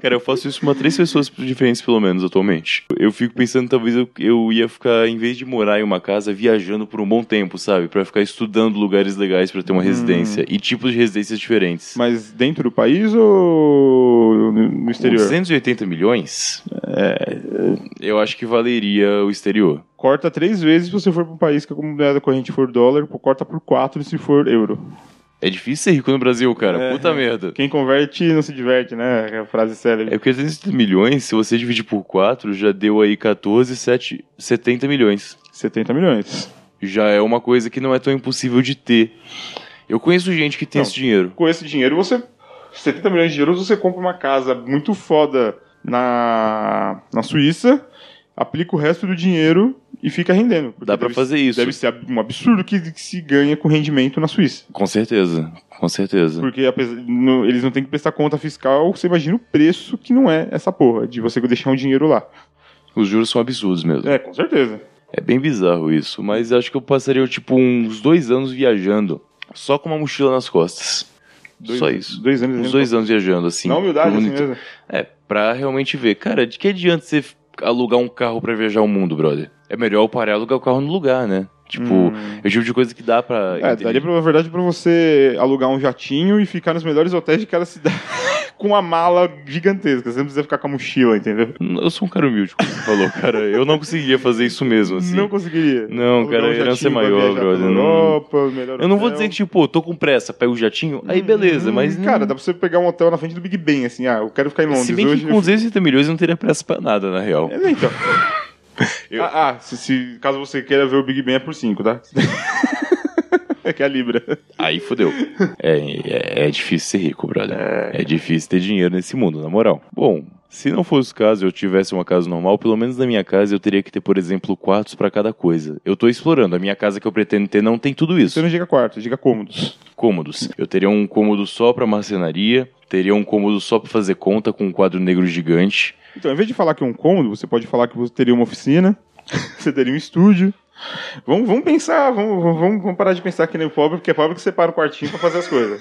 Speaker 3: Cara, eu faço isso com umas três pessoas diferentes, pelo menos, atualmente. Eu fico pensando, talvez eu, eu ia ficar, em vez de morar em uma casa, viajando por um bom tempo, sabe? Pra ficar estudando lugares legais pra ter uma residência e tipos de residências diferentes.
Speaker 2: Hum. Mas dentro do país ou no no
Speaker 3: Com
Speaker 2: exterior? É.
Speaker 3: 280 milhões? Eu acho que valeria o exterior.
Speaker 2: Corta três vezes se você for pra um país que a comunidade corrente for dólar, corta por quatro se for euro.
Speaker 3: É difícil ser rico no Brasil, cara.
Speaker 2: É.
Speaker 3: Puta merda.
Speaker 2: Quem converte não se diverte, né? É a frase célebre.
Speaker 3: É porque 280 milhões, se você dividir por 4, já deu aí 14, 7, 70 milhões.
Speaker 2: 70 milhões.
Speaker 3: Já é uma coisa que não é tão impossível de ter. Eu conheço gente que tem
Speaker 2: Não.
Speaker 3: esse dinheiro.
Speaker 2: com esse dinheiro você 70 milhões de euros você compra uma casa muito foda na, na Suíça, aplica o resto do dinheiro e fica rendendo. Porque
Speaker 3: Dá pra
Speaker 2: deve-
Speaker 3: fazer isso.
Speaker 2: Deve ser ab- um absurdo que que se ganha com rendimento na Suíça.
Speaker 3: Com certeza, com certeza.
Speaker 2: Porque apesar- no- eles não têm que prestar conta fiscal, você imagina o preço que não é essa porra, de você deixar um dinheiro lá.
Speaker 3: Os juros são absurdos mesmo. É.
Speaker 2: É, com certeza.
Speaker 3: bem bizarro isso, mas acho que eu passaria tipo uns dois anos viajando, só com uma mochila nas costas. só isso.
Speaker 2: Dois anos.
Speaker 3: Uns dois anos viajando, assim.
Speaker 2: Na humildade,
Speaker 3: por
Speaker 2: assim
Speaker 3: um-
Speaker 2: mesmo.
Speaker 3: É, pra realmente ver. Cara, de que adianta você f- alugar um carro pra viajar o mundo, brother? É melhor eu parar e alugar o carro no lugar, né? Tipo, é o tipo de coisa que dá pra.
Speaker 2: Hum. É,
Speaker 3: entender.
Speaker 2: daria pra, na verdade pra você alugar um jatinho e ficar nos melhores hotéis de cada cidade com uma mala gigantesca. Você não precisa ficar com a mochila, entendeu?
Speaker 3: Eu sou um cara humilde, como você falou, cara. Eu não conseguiria fazer isso mesmo, assim.
Speaker 2: Não conseguiria.
Speaker 3: Não,
Speaker 2: Alugar um
Speaker 3: cara, a herança é
Speaker 2: jatinho pra
Speaker 3: maior,
Speaker 2: viajar
Speaker 3: brother,
Speaker 2: pela
Speaker 3: não-
Speaker 2: Europa, melhor
Speaker 3: Eu não
Speaker 2: hotel.
Speaker 3: vou dizer que, tipo, tô com pressa, pego o jatinho, aí beleza,
Speaker 2: Hum,
Speaker 3: mas. não-
Speaker 2: Cara, dá pra você pegar um hotel na frente do Big Ben, assim, ah, eu quero ficar em Londres
Speaker 3: Se bem
Speaker 2: hoje.
Speaker 3: que com 280 milhões eu não teria pressa pra nada, na real.
Speaker 2: É, então.
Speaker 3: Eu-
Speaker 2: Ah, ah, se, se- caso você queira ver o Big Ben é por 5, tá? é que é a Libra.
Speaker 3: Aí fodeu. É, é, é difícil ser rico, brother. É... difícil ter dinheiro nesse mundo, na moral. Bom, Se não fosse o caso, eu tivesse uma casa normal, pelo menos na minha casa eu teria que ter, por exemplo, quartos pra cada coisa. Eu tô explorando, a minha casa que eu pretendo ter não tem tudo isso.
Speaker 2: Você não diga quarto, diga cômodos.
Speaker 3: cômodos. Eu teria um cômodo só pra marcenaria, teria um cômodo só pra fazer conta com um quadro negro gigante.
Speaker 2: Então, em vez de falar que é um cômodo, você pode falar que você teria uma oficina, você teria um estúdio. Vamos, vamos pensar, vamos, vamos, vamos parar de pensar que nem o pobre, porque é pobre que separa o quartinho pra fazer as coisas.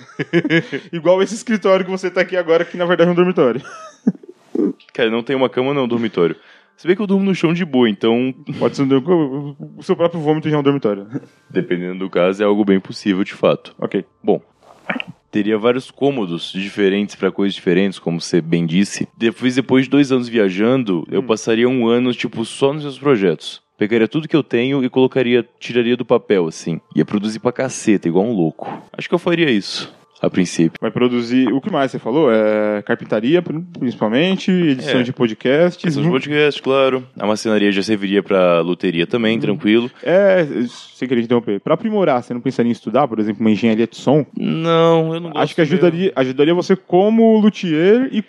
Speaker 2: Igual esse escritório que você tá aqui agora, que na verdade é um dormitório.
Speaker 3: Cara, não tem uma cama, não, dormitório. Se bem que eu durmo no chão de boa, então,
Speaker 2: Pode ser um dormitório, o seu próprio vômito já é um dormitório.
Speaker 3: dependendo do caso, é algo bem possível de fato.
Speaker 2: Ok.
Speaker 3: Bom, teria vários cômodos diferentes para coisas diferentes, como você bem disse. Depois, depois de dois anos viajando, eu passaria um ano, tipo, só nos meus projetos. Pegaria tudo que eu tenho e colocaria, tiraria do papel, assim. Ia produzir pra caceta, igual um louco. Acho que eu faria isso, a princípio.
Speaker 2: Vai produzir, o que mais você falou? É carpintaria, principalmente, edição
Speaker 3: É.
Speaker 2: de Uhum. podcasts.
Speaker 3: Questão de podcast, claro. A marcenaria já serviria pra loteria também,
Speaker 2: Uhum.
Speaker 3: tranquilo.
Speaker 2: É, sem querer te interromper. Pra aprimorar, você não pensaria em estudar, por exemplo, uma engenharia de som?
Speaker 3: Não, eu não gosto
Speaker 2: Acho que
Speaker 3: mesmo.
Speaker 2: ajudaria, ajudaria você como luthier e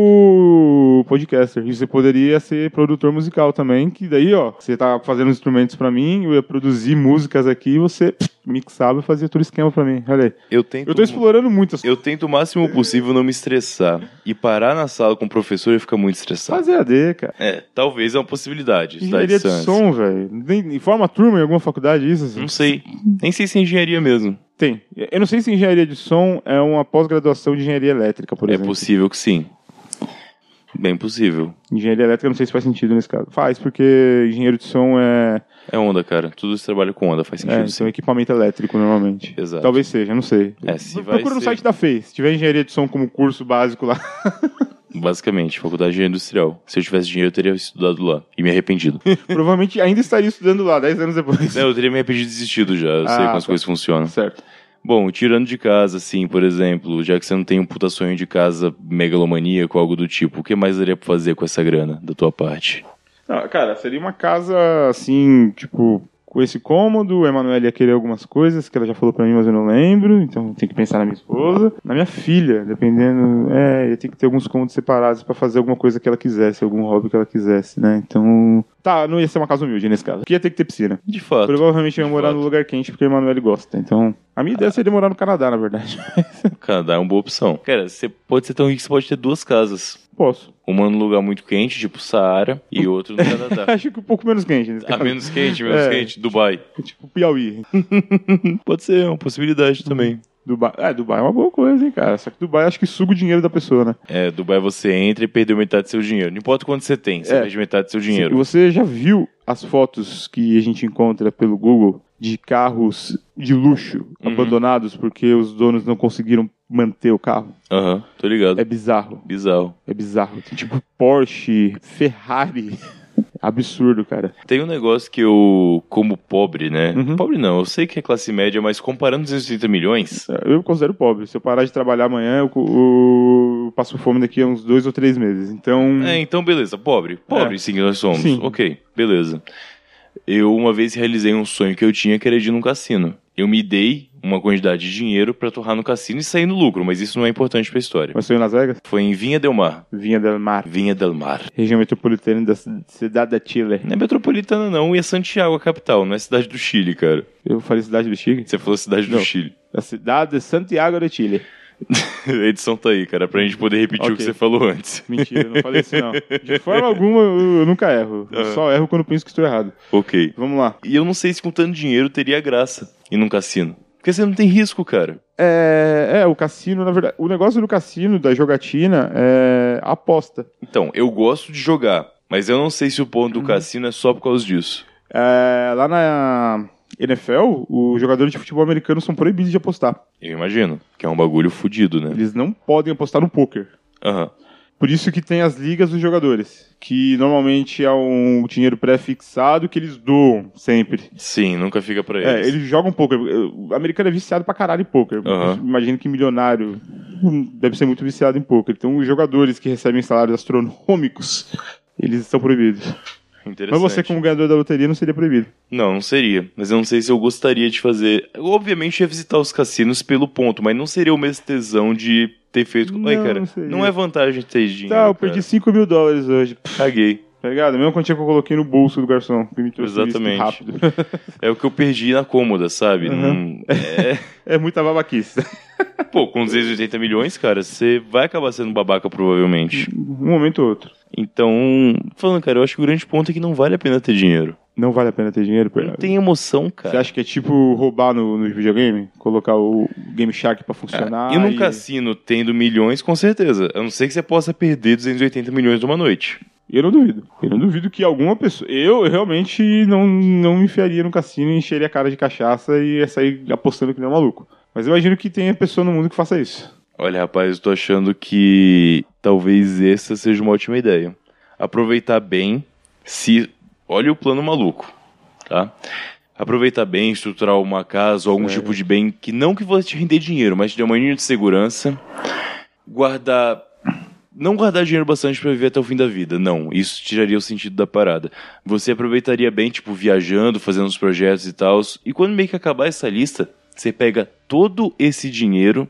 Speaker 2: como podcaster. E você poderia ser produtor musical também, que daí, ó, você tá fazendo os instrumentos pra mim, eu ia produzir músicas aqui e você pss, mixava e fazia todo o esquema pra mim. Olha aí.
Speaker 3: Eu tento...
Speaker 2: Eu tô explorando muitas coisas.
Speaker 3: Eu tento o máximo possível não me estressar. E parar na sala com o professor e ficar muito estressado.
Speaker 2: Fazer AD, cara.
Speaker 3: É, talvez é uma possibilidade. está à
Speaker 2: Engenharia de
Speaker 3: distância.
Speaker 2: som, velho. Nem- Forma turma em alguma faculdade, isso? assim?
Speaker 3: Não sei. Nem sei se é engenharia mesmo.
Speaker 2: Tem. Eu não sei se engenharia de som é uma pós-graduação de engenharia elétrica, por
Speaker 3: é
Speaker 2: exemplo.
Speaker 3: possível que sim. Bem possível.
Speaker 2: Engenharia elétrica, eu não sei se faz sentido nesse caso. Faz, porque engenheiro de som é
Speaker 3: É onda, cara. Tudo isso trabalha com onda, faz
Speaker 2: É,
Speaker 3: sentido
Speaker 2: então
Speaker 3: sim.
Speaker 2: é equipamento elétrico normalmente.
Speaker 3: Exato.
Speaker 2: Talvez seja, não sei.
Speaker 3: É, se vai
Speaker 2: então, Procura no
Speaker 3: ser-
Speaker 2: site da FEI. Se tiver engenharia de som como curso básico lá.
Speaker 3: Basicamente, faculdade de engenharia industrial. Se eu tivesse dinheiro, eu teria estudado lá. E me arrependido.
Speaker 2: provavelmente ainda estaria estudando lá, 10 anos depois.
Speaker 3: Não, eu teria me arrependido e desistido já. Eu
Speaker 2: Ah,
Speaker 3: sei como as
Speaker 2: tá.
Speaker 3: coisas funcionam.
Speaker 2: Certo.
Speaker 3: Bom, tirando de casa, assim, por exemplo, já que você não tem um puta sonho de casa megalomaníaco, algo do tipo, o que mais daria pra fazer com essa grana da tua parte?
Speaker 2: Não, cara, seria uma casa assim, tipo, com esse cômodo. A Emanuela ia querer algumas coisas que ela já falou pra mim, mas eu não lembro. Então tem que pensar na minha esposa. Na minha filha, dependendo. É, ia ter que ter alguns cômodos separados pra fazer alguma coisa que ela quisesse, algum hobby que ela quisesse, né? Então. Tá, não ia ser uma casa humilde nesse caso. Que ia ter que ter piscina.
Speaker 3: De fato.
Speaker 2: Provavelmente eu ia morar
Speaker 3: fato.
Speaker 2: num lugar quente porque o Emanuele gosta. Então, a minha ideia seria morar no Canadá, na verdade.
Speaker 3: Canadá é uma boa opção. Cara, você pode ser tão rico que você pode ter duas casas.
Speaker 2: Posso.
Speaker 3: Uma num lugar muito quente, tipo Saara, e outro no Canadá.
Speaker 2: Acho que um pouco menos quente nesse
Speaker 3: Tá. A
Speaker 2: caso.
Speaker 3: menos quente, menos
Speaker 2: É.
Speaker 3: quente, Dubai.
Speaker 2: Tipo Piauí.
Speaker 3: Pode ser, é uma possibilidade também.
Speaker 2: Dubai. É, Dubai é uma boa coisa, hein, cara. Só que Dubai acho que suga o dinheiro da pessoa, né?
Speaker 3: É, Dubai você entra e perdeu metade do seu dinheiro. Não importa quanto você tem, você
Speaker 2: É.
Speaker 3: perde metade do seu dinheiro.
Speaker 2: Você já viu as fotos que a gente encontra pelo Google de carros de luxo
Speaker 3: Uhum.
Speaker 2: abandonados porque os donos não conseguiram manter o carro?
Speaker 3: Aham, tô ligado.
Speaker 2: É bizarro.
Speaker 3: Bizarro.
Speaker 2: É bizarro. Tem, tipo Porsche, Ferrari. Absurdo, cara.
Speaker 3: Tem um negócio que eu, como pobre, né?
Speaker 2: Uhum.
Speaker 3: Pobre não, eu sei que é classe média, mas comparando 230 milhões,
Speaker 2: Eu me considero pobre. Se eu parar de trabalhar amanhã, eu, co- eu passo fome daqui a uns dois ou três meses. Então.
Speaker 3: É, então beleza, pobre. Pobre,
Speaker 2: É.
Speaker 3: sim, que nós somos.
Speaker 2: Sim.
Speaker 3: Ok, beleza. Eu uma vez realizei um sonho que eu tinha que era de ir num cassino. Eu me dei uma quantidade de dinheiro pra torrar no cassino e sair no lucro, mas isso não é importante pra história.
Speaker 2: Mas saiu em Las Vegas?
Speaker 3: Foi em Vinha Del Mar.
Speaker 2: Vinha del Mar,
Speaker 3: Vinha Del Mar.
Speaker 2: região metropolitana da ci- cidade da Chile.
Speaker 3: Não é metropolitana não, e é Santiago a capital, não é cidade do Chile, cara.
Speaker 2: Eu falei cidade do Chile?
Speaker 3: Você falou cidade do
Speaker 2: Não.
Speaker 3: Chile.
Speaker 2: A cidade de Santiago do Chile.
Speaker 3: A edição tá aí, cara, pra gente poder repetir o que
Speaker 2: Ok.
Speaker 3: você falou antes.
Speaker 2: Mentira, eu não falei isso não. De forma alguma eu, eu nunca erro. Eu só erro quando penso que estou errado.
Speaker 3: Ok.
Speaker 2: Vamos lá.
Speaker 3: E eu não sei se com tanto dinheiro teria graça ir num cassino. Porque você não tem risco, cara.
Speaker 2: É, é, o cassino, na verdade. O negócio do cassino, da jogatina, é aposta.
Speaker 3: Então, eu gosto de jogar, mas eu não sei se o ponto
Speaker 2: Uhum.
Speaker 3: do cassino é só por causa disso.
Speaker 2: É, lá na NFL, os jogadores de futebol americano são proibidos de apostar.
Speaker 3: Eu imagino, que é um bagulho fudido, né?
Speaker 2: Eles não podem apostar no poker.
Speaker 3: Aham.
Speaker 2: Por isso que tem as ligas dos jogadores, que normalmente é um dinheiro pré-fixado que eles doam sempre.
Speaker 3: Sim, nunca fica pra
Speaker 2: É,
Speaker 3: eles.
Speaker 2: eles jogam poker. O americano é viciado pra caralho em poker.
Speaker 3: Aham.
Speaker 2: Imagino que milionário hum, deve ser muito viciado em poker. Então os jogadores que recebem salários astronômicos, eles são proibidos.
Speaker 3: Interessante.
Speaker 2: Mas você, como ganhador da loteria, não seria proibido.
Speaker 3: Não, não seria. Mas eu não sei se eu gostaria de fazer. Eu, obviamente ia visitar os cassinos pelo ponto, mas não seria o mesmo tesão de ter feito. com- Ai,
Speaker 2: Não,
Speaker 3: cara,
Speaker 2: não seria.
Speaker 3: não é vantagem ter dinheiro.
Speaker 2: tá, eu
Speaker 3: cara.
Speaker 2: perdi 5 mil dólares hoje.
Speaker 3: Caguei.
Speaker 2: Tá ligado? A mesma quantia que eu coloquei no bolso do garçom. Que me trouxe isso
Speaker 3: Exatamente.
Speaker 2: rápido.
Speaker 3: É o que eu perdi na cômoda, sabe?
Speaker 2: Uhum.
Speaker 3: Não- É...
Speaker 2: É muita babaquice.
Speaker 3: Pô, com 280 milhões, cara, você vai acabar sendo babaca provavelmente.
Speaker 2: Um momento ou outro.
Speaker 3: Então, falando, cara, eu acho que o grande ponto é que não vale a pena ter dinheiro.
Speaker 2: Não vale a pena ter dinheiro,
Speaker 3: Não
Speaker 2: Bernardo?
Speaker 3: tem emoção,
Speaker 2: Você
Speaker 3: cara.
Speaker 2: acha que é tipo roubar no, no videogame? Colocar o Game Shark pra funcionar?
Speaker 3: E num cassino tendo milhões, com certeza. A não ser que você possa perder 280 milhões numa noite.
Speaker 2: Eu não duvido. Eu não duvido que alguma pessoa. Eu realmente não, não me enfiaria no cassino e encheria a cara de cachaça e ia sair apostando que nem um maluco. Mas eu imagino que tenha pessoa no mundo que faça isso.
Speaker 3: Olha, rapaz, eu tô achando que talvez essa seja uma ótima ideia. Aproveitar bem, se. Olha o plano maluco, tá? Aproveitar bem, estruturar uma casa ou algum tipo de bem que não que vá te render dinheiro, mas te dê uma linha de segurança. Guardar. Não guardar dinheiro bastante pra viver até o fim da vida, não. Isso tiraria o sentido da parada. Você aproveitaria bem, tipo, viajando, fazendo os projetos e tal. E quando meio que acabar essa lista, você pega todo esse dinheiro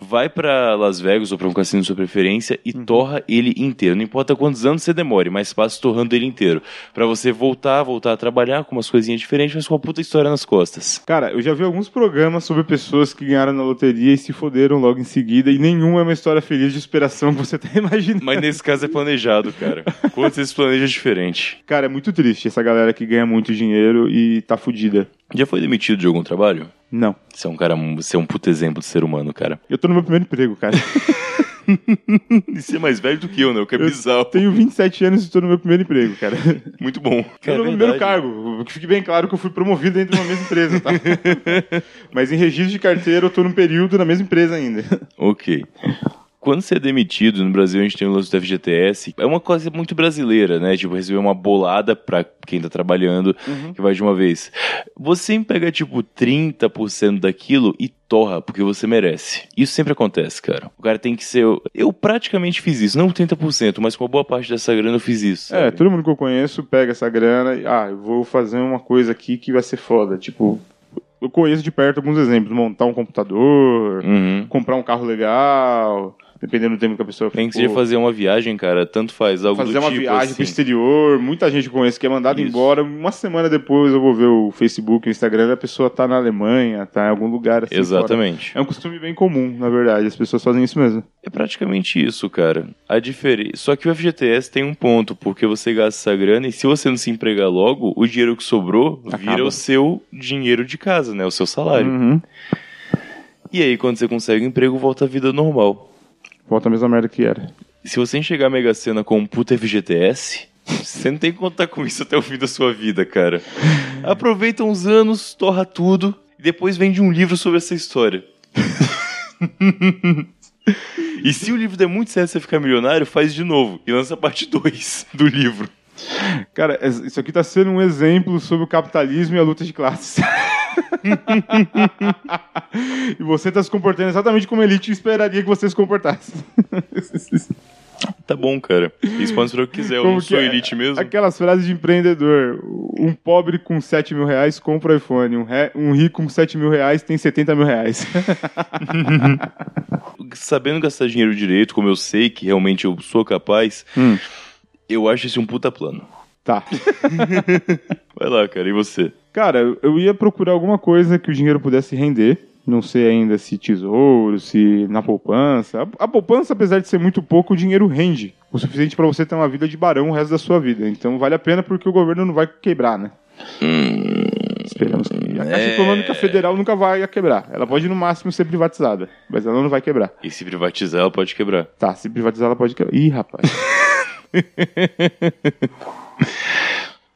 Speaker 3: Vai pra Las Vegas ou pra um cassino de sua preferência e torra ele inteiro. Não importa quantos anos você demore, mas passa torrando ele inteiro. Pra você voltar, voltar a trabalhar com umas coisinhas diferentes, mas com uma puta história nas costas.
Speaker 2: Cara, eu já vi alguns programas sobre pessoas que ganharam na loteria e se foderam logo em seguida, e nenhuma é uma história feliz de superação que você tá imaginando.
Speaker 3: Mas nesse caso é planejado, cara. Quando você se planeja é diferente.
Speaker 2: Cara, é muito triste essa galera que ganha muito dinheiro e tá fudida.
Speaker 3: Já foi demitido de algum trabalho?
Speaker 2: Não.
Speaker 3: Você é um cara, você é um puta exemplo de ser humano, cara.
Speaker 2: Eu tô no meu primeiro emprego, cara.
Speaker 3: E você é mais velho do que eu, né? O que é
Speaker 2: Eu
Speaker 3: bizarro.
Speaker 2: Tenho 27 anos e tô no meu primeiro emprego, cara.
Speaker 3: Muito bom.
Speaker 2: Tô no meu primeiro cargo. Que fique bem claro que eu fui promovido dentro de uma mesma empresa, tá? Mas em registro de carteira eu tô num período na mesma empresa ainda.
Speaker 3: Ok. Quando você é demitido, no Brasil a gente tem o lance do FGTS, é uma coisa muito brasileira, né? Tipo, receber uma bolada pra quem tá trabalhando, que vai de uma vez. Você pega, tipo, 30% daquilo e torra, porque você merece. Isso sempre acontece, cara. O cara tem que ser... Eu praticamente fiz isso, não 30%, mas com uma boa parte dessa grana eu fiz isso.
Speaker 2: É,
Speaker 3: sabe?
Speaker 2: todo mundo que eu conheço pega essa grana e, ah, eu vou fazer uma coisa aqui que vai ser foda. Tipo, eu conheço de perto alguns exemplos. Montar um computador,
Speaker 3: Uhum.
Speaker 2: comprar um carro legal, dependendo do tempo que a pessoa
Speaker 3: Tem que
Speaker 2: ficou.
Speaker 3: seja fazer uma viagem, cara, tanto faz, algo
Speaker 2: fazer
Speaker 3: do
Speaker 2: uma
Speaker 3: tipo,
Speaker 2: viagem pro
Speaker 3: assim.
Speaker 2: exterior, muita gente que eu conheço que é mandada
Speaker 3: Isso.
Speaker 2: embora, uma semana depois eu vou ver o Facebook, o Instagram, a pessoa tá na Alemanha, tá em algum lugar assim. fora.
Speaker 3: Exatamente.
Speaker 2: É um costume bem comum, na verdade, as pessoas fazem isso mesmo.
Speaker 3: É praticamente isso, cara. A diferença. Só que o FGTS tem um ponto, porque você gasta essa grana e se você não se empregar logo, o dinheiro que sobrou vira
Speaker 2: Acaba.
Speaker 3: o seu dinheiro de casa, né? O seu salário.
Speaker 2: Uhum.
Speaker 3: E aí, quando você consegue um emprego, volta à vida normal.
Speaker 2: Volta a mesma merda que era.
Speaker 3: Se você enxergar a Mega Sena com um puta FGTS, você não tem que contar com isso até o fim da sua vida, cara. Aproveita uns anos, torra tudo, e depois vende um livro sobre essa história. e se o livro der muito certo e você ficar milionário, faz de novo e lança a parte 2 do livro.
Speaker 2: Cara, es- isso aqui tá sendo um exemplo sobre o capitalismo e a luta de classes. e você tá se comportando exatamente como a elite esperaria que você se comportasse.
Speaker 3: Tá bom, cara. Sponsor o que quiser, eu
Speaker 2: Como
Speaker 3: não
Speaker 2: que
Speaker 3: sou
Speaker 2: é?
Speaker 3: elite mesmo.
Speaker 2: Aquelas frases de empreendedor. Um pobre com 7 mil reais compra o iPhone. Um, re- um rico com 7 mil reais tem 70 mil reais.
Speaker 3: Sabendo gastar dinheiro direito, como eu sei que realmente eu sou capaz,
Speaker 2: Hum.
Speaker 3: eu acho esse um puta plano.
Speaker 2: tá.
Speaker 3: Vai lá, cara, e você?
Speaker 2: Cara, eu- eu ia procurar alguma coisa que o dinheiro pudesse render. Não sei ainda se tesouro, se na poupança. A- A poupança, apesar de ser muito pouco, o dinheiro rende. O suficiente pra você ter uma vida de barão o resto da sua vida. Então vale a pena porque o governo não vai quebrar, né? Esperamos que. A Caixa
Speaker 3: É.
Speaker 2: Econômica Federal nunca vai quebrar. Ela pode, no máximo, ser privatizada. Mas ela não vai quebrar.
Speaker 3: E se privatizar, ela pode quebrar.
Speaker 2: Tá, se privatizar, ela pode quebrar. Ih, rapaz.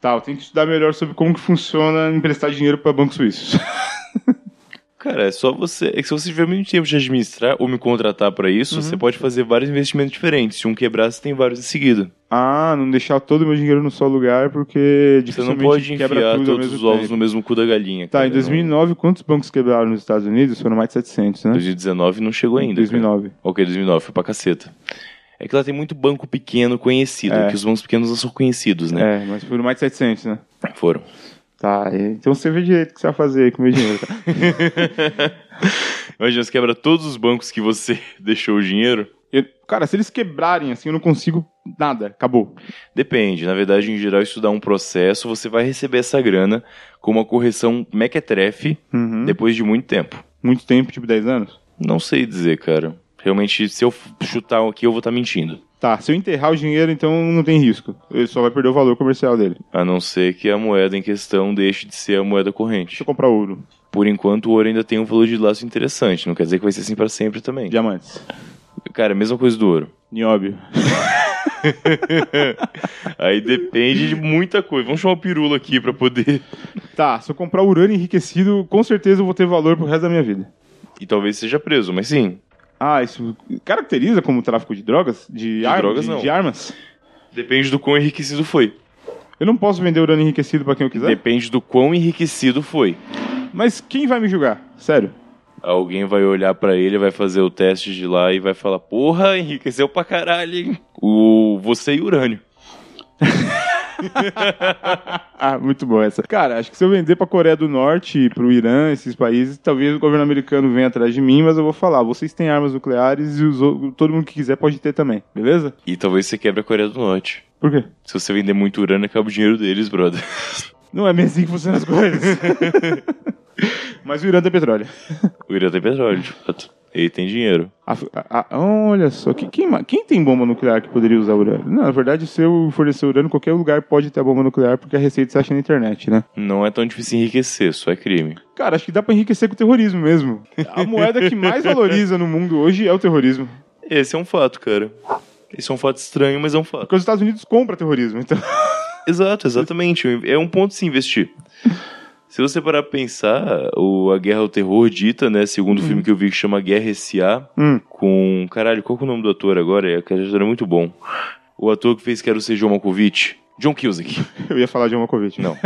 Speaker 2: tá, eu tenho que estudar melhor sobre como que funciona emprestar dinheiro pra banco suíço.
Speaker 3: Cara, é só você. É que se você tiver muito tempo de administrar ou me contratar pra isso,
Speaker 2: Uhum.
Speaker 3: você pode fazer vários investimentos diferentes. Se um quebrar, você tem vários em seguida.
Speaker 2: Ah, não deixar todo o meu dinheiro no só lugar, porque
Speaker 3: Você
Speaker 2: dificilmente
Speaker 3: não pode
Speaker 2: quebra
Speaker 3: enfiar
Speaker 2: tudo ao
Speaker 3: todos
Speaker 2: mesmo
Speaker 3: os ovos
Speaker 2: tempo.
Speaker 3: no mesmo cu da galinha.
Speaker 2: Tá,
Speaker 3: cara.
Speaker 2: em 2009, quantos bancos quebraram nos Estados Unidos? Foram mais de 700,
Speaker 3: Não,
Speaker 2: né?
Speaker 3: 2019 não chegou ainda.
Speaker 2: 2009.
Speaker 3: Cara. Ok, 2009, foi pra caceta. É que lá tem muito banco pequeno conhecido,
Speaker 2: É.
Speaker 3: que os bancos pequenos não são conhecidos, né?
Speaker 2: É, mas por mais de 700, né?
Speaker 3: Foram.
Speaker 2: Tá, e- então você vê direito o que você vai fazer aí com o meu dinheiro, cara.
Speaker 3: Imagina, você quebra todos os bancos que você deixou o dinheiro.
Speaker 2: Eu- cara, se eles quebrarem, assim, eu não consigo nada. Acabou.
Speaker 3: Depende, na verdade, em geral, isso dá um processo, você vai receber essa grana com uma correção mequetrefe
Speaker 2: Uhum.
Speaker 3: depois de muito tempo.
Speaker 2: Muito tempo, tipo 10 anos?
Speaker 3: Não sei dizer, cara. Realmente, se eu f- chutar aqui, eu vou estar mentindo.
Speaker 2: Tá, se eu enterrar o dinheiro, então não tem risco. Ele só vai perder o valor comercial dele.
Speaker 3: A não ser que a moeda em questão deixe de ser a moeda
Speaker 2: Deixa
Speaker 3: corrente.
Speaker 2: eu comprar ouro.
Speaker 3: Por enquanto, o ouro ainda tem um valor de laço interessante. Não quer dizer que vai ser assim pra sempre também.
Speaker 2: Diamantes.
Speaker 3: Cara, mesma coisa do ouro.
Speaker 2: Nióbio.
Speaker 3: Aí depende de muita coisa. Vamos chamar o pirula aqui pra poder.
Speaker 2: Tá, se eu comprar urânio enriquecido, com certeza eu vou ter valor pro resto da minha vida.
Speaker 3: E talvez seja preso, mas sim.
Speaker 2: Ah, isso caracteriza como tráfico de drogas? De,
Speaker 3: De
Speaker 2: ar-
Speaker 3: drogas,
Speaker 2: de,
Speaker 3: não.
Speaker 2: de armas?
Speaker 3: Depende do quão enriquecido foi.
Speaker 2: Eu não posso vender urânio enriquecido pra quem eu quiser?
Speaker 3: Depende do quão enriquecido foi.
Speaker 2: Mas quem vai me julgar? Sério.
Speaker 3: Alguém vai olhar pra ele, vai fazer o teste de lá e vai falar: Porra, enriqueceu pra caralho, hein? O... Você e urânio.
Speaker 2: Ah, muito bom essa. Cara, acho que se eu vender pra Coreia do Norte, pro Irã, esses países, talvez o governo americano venha atrás de mim, mas eu vou falar, vocês têm armas nucleares e os outros- todo mundo que quiser pode ter também, beleza?
Speaker 3: E talvez você quebre a Coreia do Norte.
Speaker 2: Por quê?
Speaker 3: Se você vender muito urânio, acaba o dinheiro deles, brother.
Speaker 2: Não é bem assim que funcionam as coisas. mas o Irã tem petróleo.
Speaker 3: O Irã tem petróleo, de fato. Ele tem dinheiro.
Speaker 2: A- a- a- olha só, que- quem, ma- quem tem bomba nuclear que poderia usar urânio? Não, na verdade, se eu fornecer urânio, qualquer lugar pode ter a bomba nuclear, porque a receita você acha na internet, né?
Speaker 3: Não é tão difícil enriquecer, só é crime.
Speaker 2: Cara, acho que dá pra enriquecer com o terrorismo mesmo. A moeda que mais valoriza no mundo hoje é o terrorismo.
Speaker 3: Esse é um fato, cara. Esse é um fato estranho, mas é um fato.
Speaker 2: Porque os Estados Unidos compram terrorismo, então.
Speaker 3: Exato, exatamente. É um ponto de se investir. Se você parar pra pensar, o A Guerra ao Terror dita, né? Segundo o filme que eu vi que chama Guerra S.A.
Speaker 2: Hum.
Speaker 3: Com. Caralho, qual que é o nome do ator agora? É, Aquele ator é muito bom. O ator que fez Quero Ser John Malkovich. John Cusack.
Speaker 2: Eu ia falar de Malkovich. né?
Speaker 3: Não.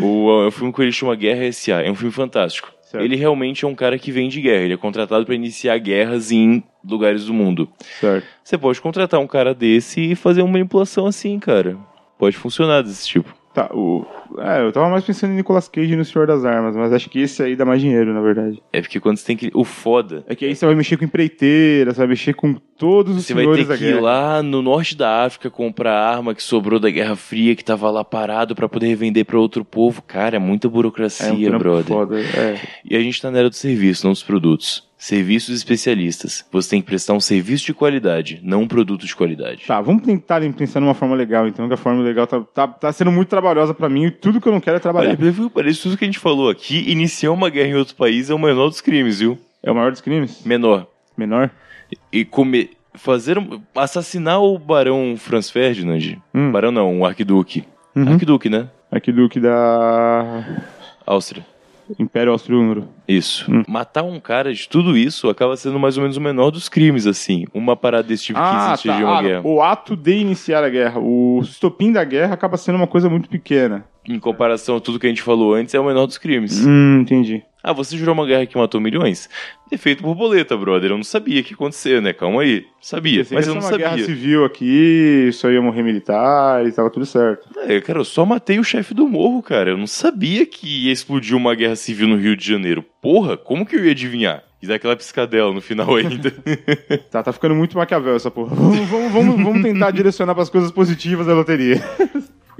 Speaker 3: O, é um filme que ele chama Guerra S.A. É um filme fantástico.
Speaker 2: Certo.
Speaker 3: Ele realmente é um cara que vem de guerra. Ele é contratado pra iniciar guerras em lugares do mundo.
Speaker 2: Certo.
Speaker 3: Você pode contratar um cara desse e fazer uma manipulação assim, cara. Pode funcionar desse tipo.
Speaker 2: Tá, o. É, eu tava mais pensando em Nicolas Cage e no Senhor das Armas, mas acho que esse aí dá mais dinheiro, na verdade.
Speaker 3: É porque quando você tem que. O foda.
Speaker 2: É que aí você vai mexer com empreiteira, você vai mexer com todos os
Speaker 3: Você vai
Speaker 2: senhores
Speaker 3: ter que
Speaker 2: da guerra.
Speaker 3: ir lá no norte da África comprar a arma que sobrou da Guerra Fria, que tava lá parado pra poder revender pra outro povo. Cara, é muita
Speaker 2: é um
Speaker 3: burocracia,
Speaker 2: trampo
Speaker 3: brother.
Speaker 2: foda. É.
Speaker 3: E a gente tá na era do serviço, não dos produtos. Serviços especialistas. Você tem que prestar um serviço de qualidade, não um produto de qualidade.
Speaker 2: Tá, vamos tentar pensar numa forma legal, então, que a forma legal tá, tá, tá sendo muito trabalhosa pra mim e tudo que eu não quero é
Speaker 3: Olha,
Speaker 2: trabalhar.
Speaker 3: pelo que parece tudo que a gente falou aqui, iniciar uma guerra em outro país é o menor dos crimes, viu?
Speaker 2: É o maior dos crimes?
Speaker 3: Menor.
Speaker 2: Menor?
Speaker 3: e comer. Fazer. um- Assassinar o Barão Franz Ferdinand.
Speaker 2: Hum.
Speaker 3: Barão não, o Arquiduque.
Speaker 2: Uhum.
Speaker 3: Arquiduque, né?
Speaker 2: Aquilo que dá.
Speaker 3: Áustria.
Speaker 2: Império Austro-Húngaro.
Speaker 3: Isso.
Speaker 2: Hum.
Speaker 3: Matar um cara de tudo isso acaba sendo mais ou menos o menor dos crimes, assim. Uma parada desse tipo que existe de uma
Speaker 2: Ah,
Speaker 3: guerra.
Speaker 2: o ato de iniciar a guerra, o estopim da guerra acaba sendo uma coisa muito pequena.
Speaker 3: Em comparação a tudo que a gente falou antes, é o menor dos crimes.
Speaker 2: Hum, entendi.
Speaker 3: Ah, você jurou uma guerra que matou milhões? É Defeito borboleta, brother. Eu não sabia o que ia acontecer, né? Calma aí. Sabia,
Speaker 2: Pensei
Speaker 3: mas
Speaker 2: que
Speaker 3: eu
Speaker 2: ia
Speaker 3: não
Speaker 2: ser uma
Speaker 3: sabia.
Speaker 2: guerra civil aqui, só ia morrer militares, tava tudo certo.
Speaker 3: É, cara, eu só matei o chefe do morro, cara. Eu não sabia que ia explodir uma guerra civil no Rio de Janeiro. Porra, como que eu ia adivinhar? E dar aquela piscadela no final ainda.
Speaker 2: Tá, tá ficando muito maquiavel essa porra. Vamos, vamos, vamos, vamos tentar direcionar pras coisas positivas da loteria.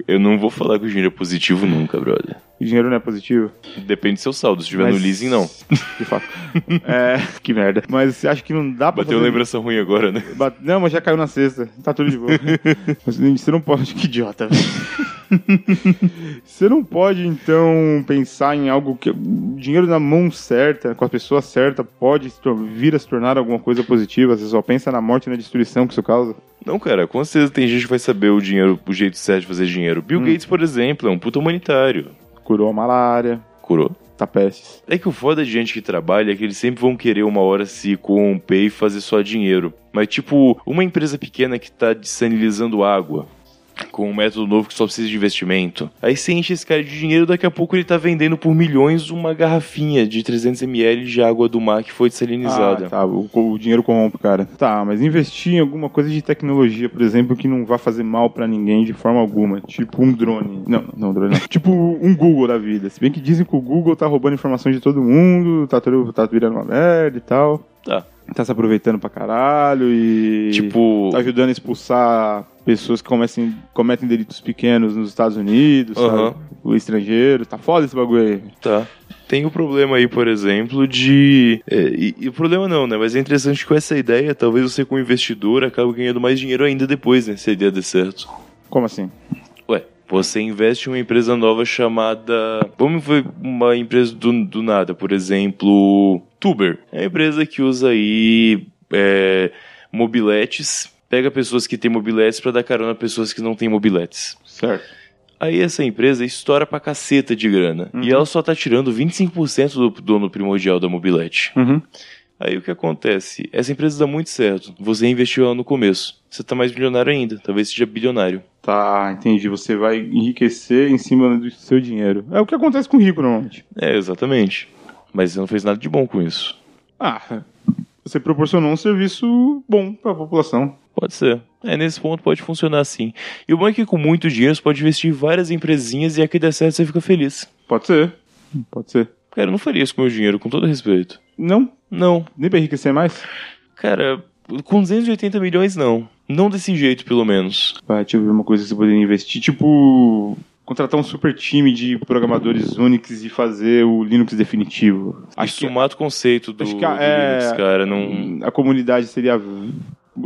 Speaker 3: eu não vou falar que o dinheiro é positivo nunca, brother.
Speaker 2: O dinheiro não é positivo?
Speaker 3: Depende do seu saldo. Se tiver no leasing, não.
Speaker 2: De fato. É, que merda. Mas você acha que não dá pra
Speaker 3: Bateu
Speaker 2: fazer...
Speaker 3: lembrança ruim agora, né?
Speaker 2: Bate- Não, mas já caiu na sexta. Tá tudo de boa. Mas você não pode. Que idiota, velho. Você não pode, então, pensar em algo que. o Dinheiro na mão certa, com a pessoa certa, pode se tor- vir a se tornar alguma coisa positiva. Você só pensa na morte e na destruição que isso causa.
Speaker 3: Não, cara, com certeza tem gente que vai saber o dinheiro, o jeito certo de fazer dinheiro.
Speaker 2: Hum.
Speaker 3: Bill Gates, por exemplo, é um puta humanitário.
Speaker 2: Curou a malária,
Speaker 3: Curou.
Speaker 2: tá pestes.
Speaker 3: É que o foda de gente que trabalha é que eles sempre vão querer uma hora se corromper e fazer só dinheiro. Mas, tipo, uma empresa pequena que tá desanilizando água. com um método novo que só precisa de investimento. Aí você enche esse cara de dinheiro, daqui a pouco ele tá vendendo por milhões uma garrafinha de 300ml de água do mar que foi dessalinizada.
Speaker 2: Ah, tá, o, o dinheiro corrompe, cara. Tá, mas investir em alguma coisa de tecnologia, por exemplo, que não vá fazer mal pra ninguém de forma alguma. Tipo um drone. Não, não, drone não. tipo um Google da vida. Se bem que dizem que o Google tá roubando informações de todo mundo, tá, todo, tá virando uma merda e tal.
Speaker 3: Tá.
Speaker 2: Tá se aproveitando pra caralho e.
Speaker 3: Tipo,
Speaker 2: Tá ajudando a expulsar pessoas que comecem, cometem delitos pequenos nos Estados Unidos,
Speaker 3: Aham.
Speaker 2: sabe? O estrangeiro. Tá foda esse bagulho aí.
Speaker 3: tá. Tem o problema aí, por exemplo, de. é, e, e o problema não, né? Mas é interessante que com essa ideia, talvez você, como investidor, acabe ganhando mais dinheiro ainda depois, né? Se a ideia der certo.
Speaker 2: Como assim?
Speaker 3: Ué, você investe em uma empresa nova chamada. Vamos ver uma empresa do, do nada, por exemplo, Tuber. É uma empresa que usa aí é, mobiletes, pega pessoas que têm mobiletes pra dar carona a pessoas que não têm mobiletes.
Speaker 2: Certo.
Speaker 3: Aí essa empresa estoura pra caceta de grana.
Speaker 2: Uhum.
Speaker 3: E ela só tá tirando 25% do dono primordial da mobilete.
Speaker 2: Uhum.
Speaker 3: Aí o que acontece? Essa empresa dá muito certo. Você investiu ela no começo. Você tá mais milionário ainda. Talvez seja bilionário.
Speaker 2: Tá, entendi. Você vai enriquecer em cima do seu dinheiro. É o que acontece com o rico normalmente.
Speaker 3: É, exatamente. Mas você não fez nada de bom com isso.
Speaker 2: Ah, você proporcionou um serviço bom pra população.
Speaker 3: Pode ser. É, nesse ponto pode funcionar assim. E o bom é que com muito dinheiro você pode investir em várias empresinhas e a que der certo você fica feliz.
Speaker 2: Pode ser. Pode ser.
Speaker 3: Cara, eu não faria isso com meu dinheiro, com todo respeito.
Speaker 2: Não,
Speaker 3: Não.
Speaker 2: nem pra enriquecer mais.
Speaker 3: Cara, com 280 milhões não. Não desse jeito, pelo menos.
Speaker 2: Vai, deixa eu ver uma coisa que você poderia investir. Tipo, contratar um super time de programadores Unix e fazer o Linux definitivo.
Speaker 3: Acho que mata o conceito do,
Speaker 2: acho que a-
Speaker 3: do
Speaker 2: é-
Speaker 3: Linux, cara. Não,
Speaker 2: a comunidade seria.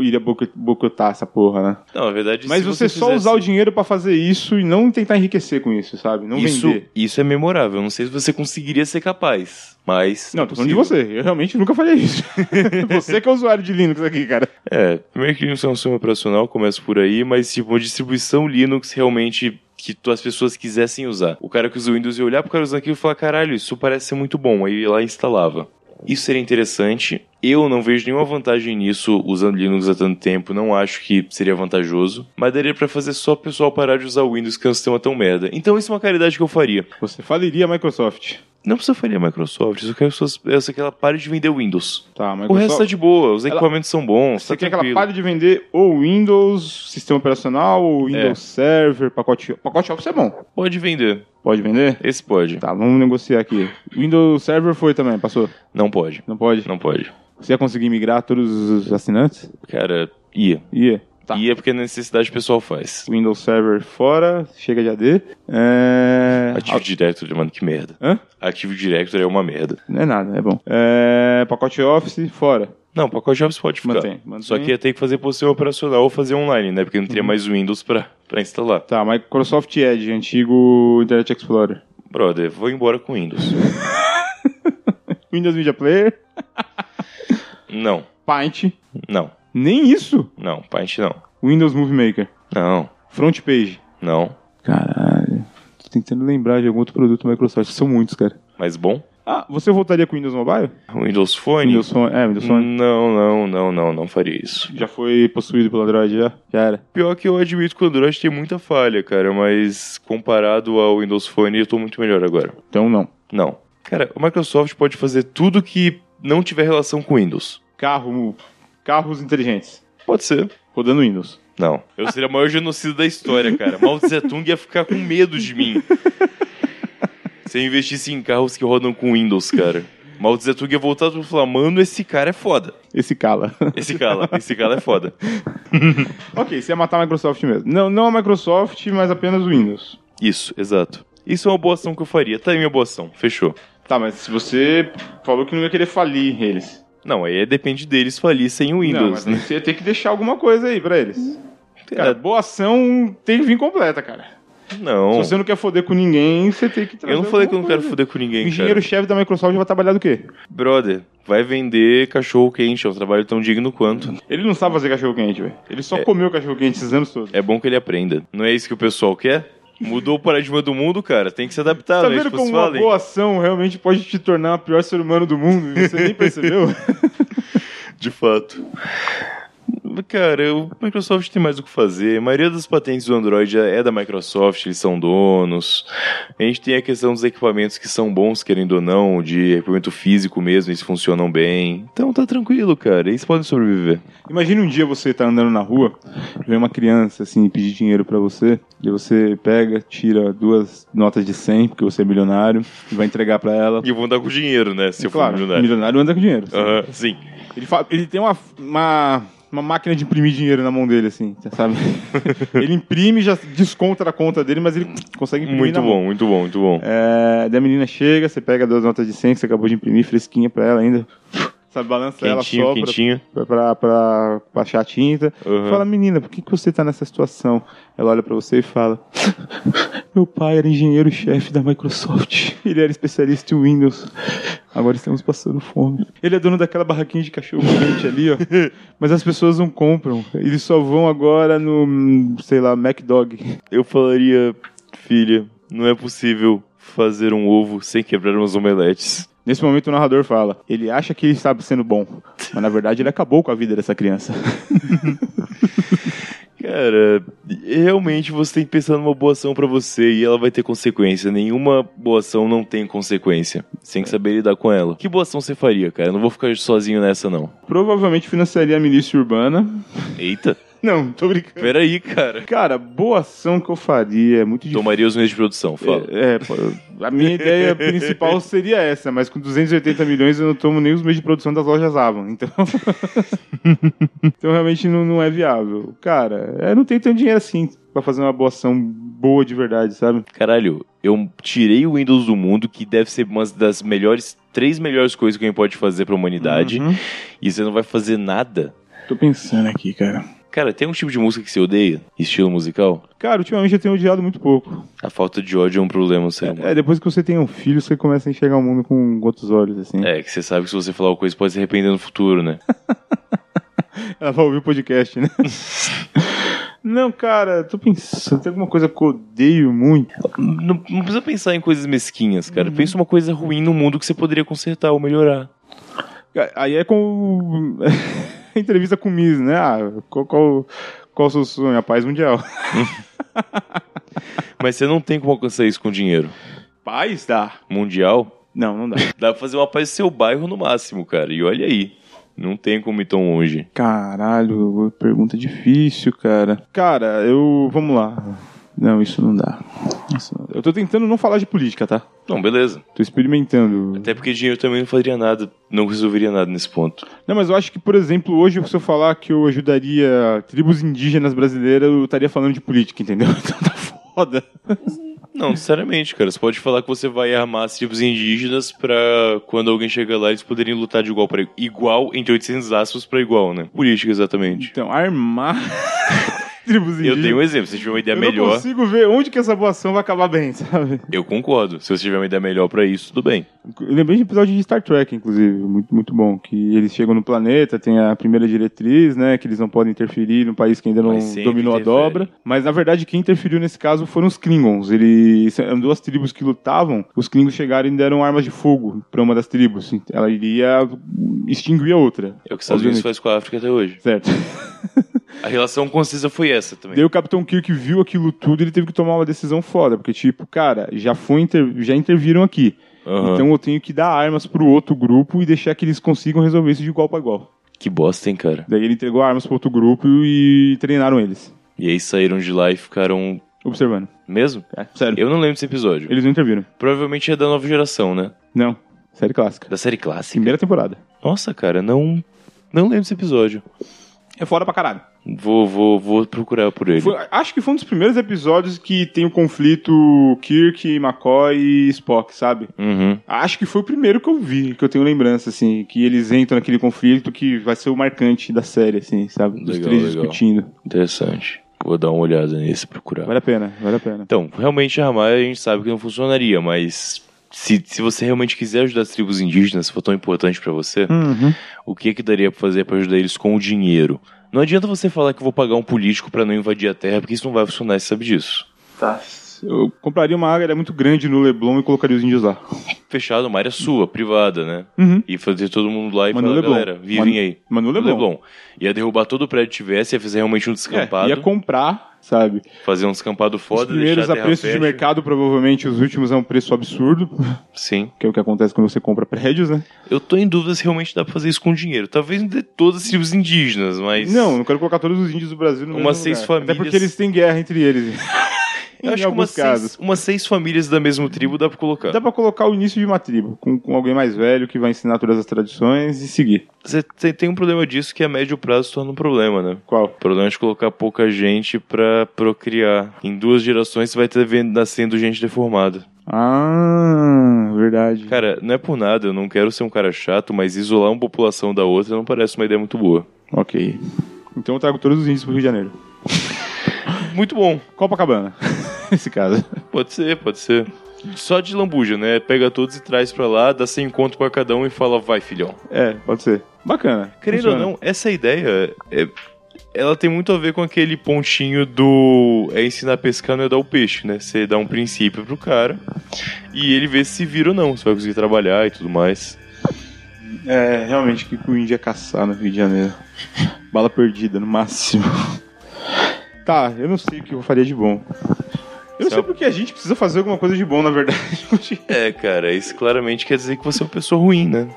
Speaker 2: iria boico- boicotar essa porra, né?
Speaker 3: não, na verdade...
Speaker 2: Mas
Speaker 3: se
Speaker 2: você, só
Speaker 3: fizesse-
Speaker 2: usar o dinheiro pra fazer isso e não tentar enriquecer com isso, sabe? Não
Speaker 3: isso,
Speaker 2: vender.
Speaker 3: isso é memorável. Não sei se você conseguiria ser capaz, mas...
Speaker 2: Não,
Speaker 3: é
Speaker 2: tô falando de
Speaker 3: possível.
Speaker 2: você. Eu realmente nunca faria isso. você que é usuário de Linux aqui, cara.
Speaker 3: É, primeiro que Linux é um sistema operacional, começa por aí, mas tipo, uma distribuição Linux realmente que tu- as pessoas quisessem usar. O cara que usa o Windows ia olhar pro cara usando aquilo e falar, caralho, isso parece ser muito bom, aí ia lá e instalava. Isso seria interessante. Eu não vejo nenhuma vantagem nisso usando Linux há tanto tempo, não acho que seria vantajoso. Mas daria pra fazer só o pessoal parar de usar o Windows, que é um sistema tão merda. Então isso é uma caridade que eu faria.
Speaker 2: Você faliria a Microsoft.
Speaker 3: Não precisa faria a Microsoft, é eu só quero, que as pessoas- eu só que ela pare de vender Windows.
Speaker 2: Tá,
Speaker 3: O resto tá
Speaker 2: Microsoft.
Speaker 3: de boa, os
Speaker 2: Ela-
Speaker 3: equipamentos são bons.
Speaker 2: Você
Speaker 3: tá
Speaker 2: quer que ela
Speaker 3: tranquilo.
Speaker 2: pare de vender ou Windows, sistema operacional, ou Windows Server, pacote Office. Pacote Office é bom.
Speaker 3: Pode vender.
Speaker 2: Pode vender?
Speaker 3: Esse pode.
Speaker 2: Tá, vamos negociar aqui. Windows Server foi também, passou?
Speaker 3: Não pode.
Speaker 2: Não pode?
Speaker 3: Não pode.
Speaker 2: Você ia conseguir migrar todos os assinantes?
Speaker 3: Cara, ia.
Speaker 2: Ia. Tá.
Speaker 3: Ia porque a necessidade pessoal faz.
Speaker 2: Windows Server fora, chega de AD. É...
Speaker 3: Ativo Directory, mano, que merda.
Speaker 2: Hã?
Speaker 3: Ativo Directory é uma merda.
Speaker 2: Não é nada, é bom. É... Pacote Office fora.
Speaker 3: Não, pacote Jobs pode ficar.
Speaker 2: Mantém, mantém.
Speaker 3: Só que ia ter que fazer por seu operacional ou fazer online, né? Porque não
Speaker 2: Uhum.
Speaker 3: teria mais Windows pra, pra instalar.
Speaker 2: Tá, Microsoft Edge, antigo Internet Explorer.
Speaker 3: Brother, vou embora com Windows.
Speaker 2: Windows Media Player,
Speaker 3: não,
Speaker 2: Paint.
Speaker 3: não,
Speaker 2: Nem isso.
Speaker 3: não. Paint não.
Speaker 2: Windows Movie Maker.
Speaker 3: Não,
Speaker 2: Front Page.
Speaker 3: não.
Speaker 2: Caralho. Tô tentando lembrar de algum outro produto Microsoft. São muitos, cara.
Speaker 3: Mas bom.
Speaker 2: Ah, você voltaria com Windows Mobile?
Speaker 3: Windows Phone?
Speaker 2: Windows Phone. É, Windows Phone.
Speaker 3: Não, não, não, não, não faria isso.
Speaker 2: Já foi possuído pelo Android, já? Já era.
Speaker 3: Pior que eu admito que o Android tem muita falha, cara, mas comparado ao Windows Phone, eu tô muito melhor agora.
Speaker 2: Então não.
Speaker 3: Não. Cara, a Microsoft pode fazer tudo que não tiver relação com Windows.
Speaker 2: Carro. Carros inteligentes.
Speaker 3: Pode ser.
Speaker 2: Rodando Windows.
Speaker 3: Não. Eu seria o maior genocida da história, cara. Mao Tse Tung ia ficar com medo de mim. Se eu investisse em carros que rodam com Windows, cara. Mao Tse Tung ia voltar e falar, mano, esse cara é foda.
Speaker 2: Esse cala.
Speaker 3: Esse cara, esse cara é foda.
Speaker 2: ok, você ia matar a Microsoft mesmo. Não, não a Microsoft, mas apenas o Windows.
Speaker 3: Isso, exato. Isso é uma boa ação que eu faria. Tá aí minha boa ação. Fechou.
Speaker 2: Tá, mas se você falou que não ia querer falir eles.
Speaker 3: Não, aí depende deles falir sem o
Speaker 2: não,
Speaker 3: Windows,
Speaker 2: mas
Speaker 3: né? É.
Speaker 2: você ia ter que deixar alguma coisa aí pra eles. Cara,
Speaker 3: Cara,
Speaker 2: boa ação tem que vir completa, cara.
Speaker 3: não.
Speaker 2: Se você não quer foder com ninguém, você tem que trazer
Speaker 3: Eu não falei que eu não
Speaker 2: alguma
Speaker 3: quero
Speaker 2: coisa.
Speaker 3: foder com ninguém,
Speaker 2: O
Speaker 3: cara.
Speaker 2: engenheiro-chefe da Microsoft vai trabalhar do quê?
Speaker 3: Brother, vai vender cachorro quente, é um trabalho tão digno quanto.
Speaker 2: Ele não sabe fazer cachorro-quente, velho. Ele só comeu cachorro-quente esses anos todos.
Speaker 3: É bom que ele aprenda. Não é isso que o pessoal quer? Mudou o paradigma do mundo, cara. Tem que se adaptar,
Speaker 2: tá
Speaker 3: né?
Speaker 2: vendo
Speaker 3: Tipo, se
Speaker 2: como uma
Speaker 3: falem.
Speaker 2: boa ação realmente pode te tornar o pior ser humano do mundo e você nem percebeu?
Speaker 3: De fato. Cara, o Microsoft tem mais o que fazer. A maioria das patentes do Android é da Microsoft, eles são donos. A gente tem a questão dos equipamentos que são bons, querendo ou não, de equipamento físico mesmo, eles funcionam bem. Então tá tranquilo, cara, eles podem sobreviver.
Speaker 2: Imagina um dia você tá andando na rua, vem uma criança assim pedir dinheiro pra você, e você pega, tira duas notas de 100, porque você é milionário, e vai entregar pra ela.
Speaker 3: E eu vou andar com dinheiro, né? Se eu
Speaker 2: claro,
Speaker 3: for milionário.
Speaker 2: milionário anda com dinheiro.
Speaker 3: Aham, sim.
Speaker 2: Ele, fa- ele tem uma, uma, uma máquina de imprimir dinheiro na mão dele, assim, você sabe? ele imprime, já desconta na conta dele, mas ele consegue imprimir
Speaker 3: Muito
Speaker 2: na mão.
Speaker 3: bom, muito bom, muito bom.
Speaker 2: É, daí a menina chega, você pega duas notas de 100 que você acabou de imprimir, fresquinha pra ela ainda. Sabe, balança
Speaker 3: Quentinho,
Speaker 2: É, ela, sopra
Speaker 3: quentinho.
Speaker 2: pra, pra, pra baixar a tinta.
Speaker 3: Aham.
Speaker 2: Fala, menina, por que, que você tá nessa situação? Ela olha pra você e fala: Meu pai era engenheiro-chefe da Microsoft. Ele era especialista em Windows. Agora estamos passando fome. Ele é dono daquela barraquinha de cachorro quente ali, ó. Mas as pessoas não compram. Eles só vão agora no, hum, sei lá, MacDog.
Speaker 3: Eu falaria, filha, não é possível fazer um ovo sem quebrar umas omeletes.
Speaker 2: Nesse momento o narrador fala: Ele acha que ele está sendo bom, mas na verdade ele acabou com a vida dessa criança.
Speaker 3: Cara, realmente você tem que pensar numa boa ação pra você e ela vai ter consequência. Nenhuma boa ação não tem consequência. Você
Speaker 2: É.
Speaker 3: tem que saber lidar com ela. Que boa ação você faria, cara? Eu não vou ficar sozinho nessa, não.
Speaker 2: Provavelmente financiaria a milícia urbana.
Speaker 3: Eita,
Speaker 2: Não, tô brincando.
Speaker 3: peraí, cara.
Speaker 2: Cara, boa ação que eu faria é muito difícil.
Speaker 3: Tomaria os meios de produção, fala.
Speaker 2: É, é, pô, a minha ideia principal seria essa, mas com 280 milhões eu não tomo nem os meios de produção das lojas Avon, então. então realmente não, não é viável. Cara, eu não tenho tanto dinheiro assim pra fazer uma boa ação boa de verdade, sabe?
Speaker 3: Caralho, eu tirei o Windows do mundo, que deve ser uma das melhores, três melhores coisas que alguém pode fazer pra humanidade,
Speaker 2: Uhum.
Speaker 3: e você não vai fazer nada.
Speaker 2: Tô pensando aqui, cara.
Speaker 3: Cara, tem um tipo de música que você odeia? Estilo musical?
Speaker 2: Cara, ultimamente eu tenho odiado muito pouco.
Speaker 3: A falta de ódio é um problema, sério.
Speaker 2: É, depois que você tem um filho, você começa a enxergar o mundo com outros olhos, assim.
Speaker 3: É, que você sabe que se você falar uma coisa, pode se arrepender no futuro, né?
Speaker 2: Ela vai ouvir o podcast, né? Não, cara, tô pensando, tem alguma coisa que eu odeio muito.
Speaker 3: Não, não precisa pensar em coisas mesquinhas, cara. Pensa uma coisa ruim no mundo que você poderia consertar ou melhorar.
Speaker 2: Ca- Aí é com o- a entrevista com o Miz, né? Ah, qual, qual, qual o seu sonho? A paz mundial.
Speaker 3: Mas você não tem como alcançar isso com dinheiro.
Speaker 2: Paz? Dá.
Speaker 3: Mundial,
Speaker 2: Não, não dá.
Speaker 3: dá pra fazer uma paz no seu bairro no máximo, cara. E olha aí. Não tem como ir tão longe.
Speaker 2: Caralho, pergunta difícil, cara. Cara, eu. Vamos lá. Não, isso não dá. Isso não dá. Eu tô tentando não falar de política, tá?
Speaker 3: Não, beleza.
Speaker 2: Tô experimentando.
Speaker 3: Até porque dinheiro também não faria nada, não resolveria nada nesse ponto.
Speaker 2: Não, mas eu acho que, por exemplo, hoje, se eu falar que eu ajudaria tribos indígenas brasileiras, eu estaria falando de política, entendeu? Então tá foda.
Speaker 3: Não, necessariamente, cara. Você pode falar que você vai armar as tribos indígenas pra quando alguém chegar lá, eles poderem lutar de igual para igual, entre 800 aspas, pra igual, né? Política, exatamente.
Speaker 2: Então, armar tribos
Speaker 3: Eu
Speaker 2: indígenas.
Speaker 3: tenho um exemplo. Se você tiver uma ideia
Speaker 2: eu não
Speaker 3: melhor,
Speaker 2: consigo ver onde que essa boa ação vai acabar bem, sabe?
Speaker 3: eu concordo. Se você tiver uma ideia melhor pra isso, tudo bem.
Speaker 2: Eu lembrei de um episódio de Star Trek, inclusive, muito, muito bom. Que eles chegam no planeta, tem a primeira diretriz, né? Que eles não podem interferir num país que ainda não
Speaker 3: Mas sempre
Speaker 2: dominou
Speaker 3: interfere.
Speaker 2: a dobra. Mas na verdade, quem interferiu nesse caso foram os Klingons. Eles eram duas tribos que lutavam. Os Klingons chegaram e deram armas de fogo pra uma das tribos. Ela iria extinguir a outra.
Speaker 3: É o que os Estados Unidos
Speaker 2: Obviamente.
Speaker 3: faz com a África até hoje.
Speaker 2: Certo.
Speaker 3: A relação concisa foi essa também.
Speaker 2: Daí o Capitão Kirk viu aquilo tudo e ele teve que tomar uma decisão foda. Porque, tipo, cara, já, foi inter- já interviram aqui.
Speaker 3: Aham.
Speaker 2: Então eu tenho que dar armas pro outro grupo e deixar que eles consigam resolver isso de igual pra igual.
Speaker 3: Que bosta, hein, cara.
Speaker 2: Daí ele entregou armas pro outro grupo e treinaram eles.
Speaker 3: E aí saíram de lá e ficaram...
Speaker 2: Observando.
Speaker 3: Mesmo?
Speaker 2: É, sério.
Speaker 3: Eu não lembro desse episódio.
Speaker 2: Eles não interviram.
Speaker 3: Provavelmente é da nova geração, né?
Speaker 2: Não. Série clássica.
Speaker 3: Da série clássica.
Speaker 2: Primeira temporada.
Speaker 3: Nossa, cara, não... Não lembro desse episódio.
Speaker 2: É fora pra caralho.
Speaker 3: Vou, vou, vou procurar por ele.
Speaker 2: Foi- acho que foi um dos primeiros episódios que tem o conflito Kirk, McCoy e Spock, sabe?
Speaker 3: Uhum.
Speaker 2: Acho que foi o primeiro que eu vi, que eu tenho lembrança, assim, que eles entram naquele conflito que vai ser o marcante da série, assim, sabe? Dos
Speaker 3: Legal,
Speaker 2: três
Speaker 3: legal.
Speaker 2: discutindo.
Speaker 3: Interessante. Vou dar uma olhada nesse, procurar.
Speaker 2: Vale a pena, vale a pena.
Speaker 3: Então, realmente armar a gente sabe que não funcionaria, mas se, se você realmente quiser ajudar as tribos indígenas, se for tão importante pra você,
Speaker 2: Uhum.
Speaker 3: o que que daria pra fazer pra ajudar eles com o dinheiro? Não adianta você falar que eu vou pagar um político pra não invadir a terra, porque isso não vai funcionar, você sabe disso.
Speaker 2: Tá. Mas eu compraria uma área muito grande no Leblon e colocaria os índios lá.
Speaker 3: Fechado, uma área sua, privada, né?
Speaker 2: Uhum.
Speaker 3: E fazer todo mundo lá e
Speaker 2: Mas no
Speaker 3: falar,
Speaker 2: Leblon.
Speaker 3: galera, vivem
Speaker 2: Mas-
Speaker 3: aí.
Speaker 2: mas no
Speaker 3: No
Speaker 2: Leblon.
Speaker 3: Ia derrubar todo o prédio que tivesse, ia fazer realmente um
Speaker 2: É,
Speaker 3: descampado.
Speaker 2: ia comprar, sabe?
Speaker 3: Fazer um descampado foda,
Speaker 2: os primeiros
Speaker 3: deixar a
Speaker 2: a
Speaker 3: terra
Speaker 2: preços de
Speaker 3: fértil.
Speaker 2: mercado, provavelmente, os últimos a um preço absurdo,
Speaker 3: Sim.
Speaker 2: que é o que acontece quando você compra prédios, né?
Speaker 3: Eu tô em dúvida se realmente dá pra fazer isso com dinheiro. Talvez não dê todas as tribos indígenas, mas.
Speaker 2: Não, não quero colocar todos os índios do Brasil no
Speaker 3: Umas
Speaker 2: mesmo
Speaker 3: seis
Speaker 2: lugar.
Speaker 3: famílias.
Speaker 2: Até porque eles têm guerra entre eles. em
Speaker 3: Eu acho que
Speaker 2: alguns
Speaker 3: umas
Speaker 2: casos.
Speaker 3: seis, umas seis famílias da mesma tribo dá pra colocar.
Speaker 2: Dá pra colocar o início de uma tribo, com, com alguém mais velho que vai ensinar todas as tradições e seguir.
Speaker 3: Você tem, tem um problema disso que a médio prazo se torna um problema, né?
Speaker 2: Qual?
Speaker 3: O problema é de colocar pouca gente pra procriar. Em duas gerações você vai ter vendo, nascendo gente deformada.
Speaker 2: Ah, verdade.
Speaker 3: Cara, não é por nada, eu não quero ser um cara chato, mas isolar uma população da outra não parece uma ideia muito boa.
Speaker 2: Ok. Então eu trago todos os índios pro Rio de Janeiro.
Speaker 3: Muito bom.
Speaker 2: Copacabana, nesse caso.
Speaker 3: Pode ser, pode ser. Só de lambuja, né? Pega todos e traz pra lá, dá sem encontro pra cada um e fala, vai, filhão.
Speaker 2: É, pode ser. Bacana.
Speaker 3: Querendo
Speaker 2: Funciona.
Speaker 3: ou não, essa ideia é- ela tem muito a ver com aquele pontinho do é ensinar a pescar não é dar o peixe, né? Você dá um princípio pro cara e ele vê se se vira ou não, se vai conseguir trabalhar e tudo mais.
Speaker 2: É, realmente, o que que o índio ia caçar no Rio de Janeiro? Bala perdida, no máximo. Tá, eu não sei o que eu faria de bom. Eu não
Speaker 3: Só-
Speaker 2: sei porque a gente precisa fazer alguma coisa de bom, na verdade.
Speaker 3: É, cara, isso claramente quer dizer que você é uma pessoa ruim, né?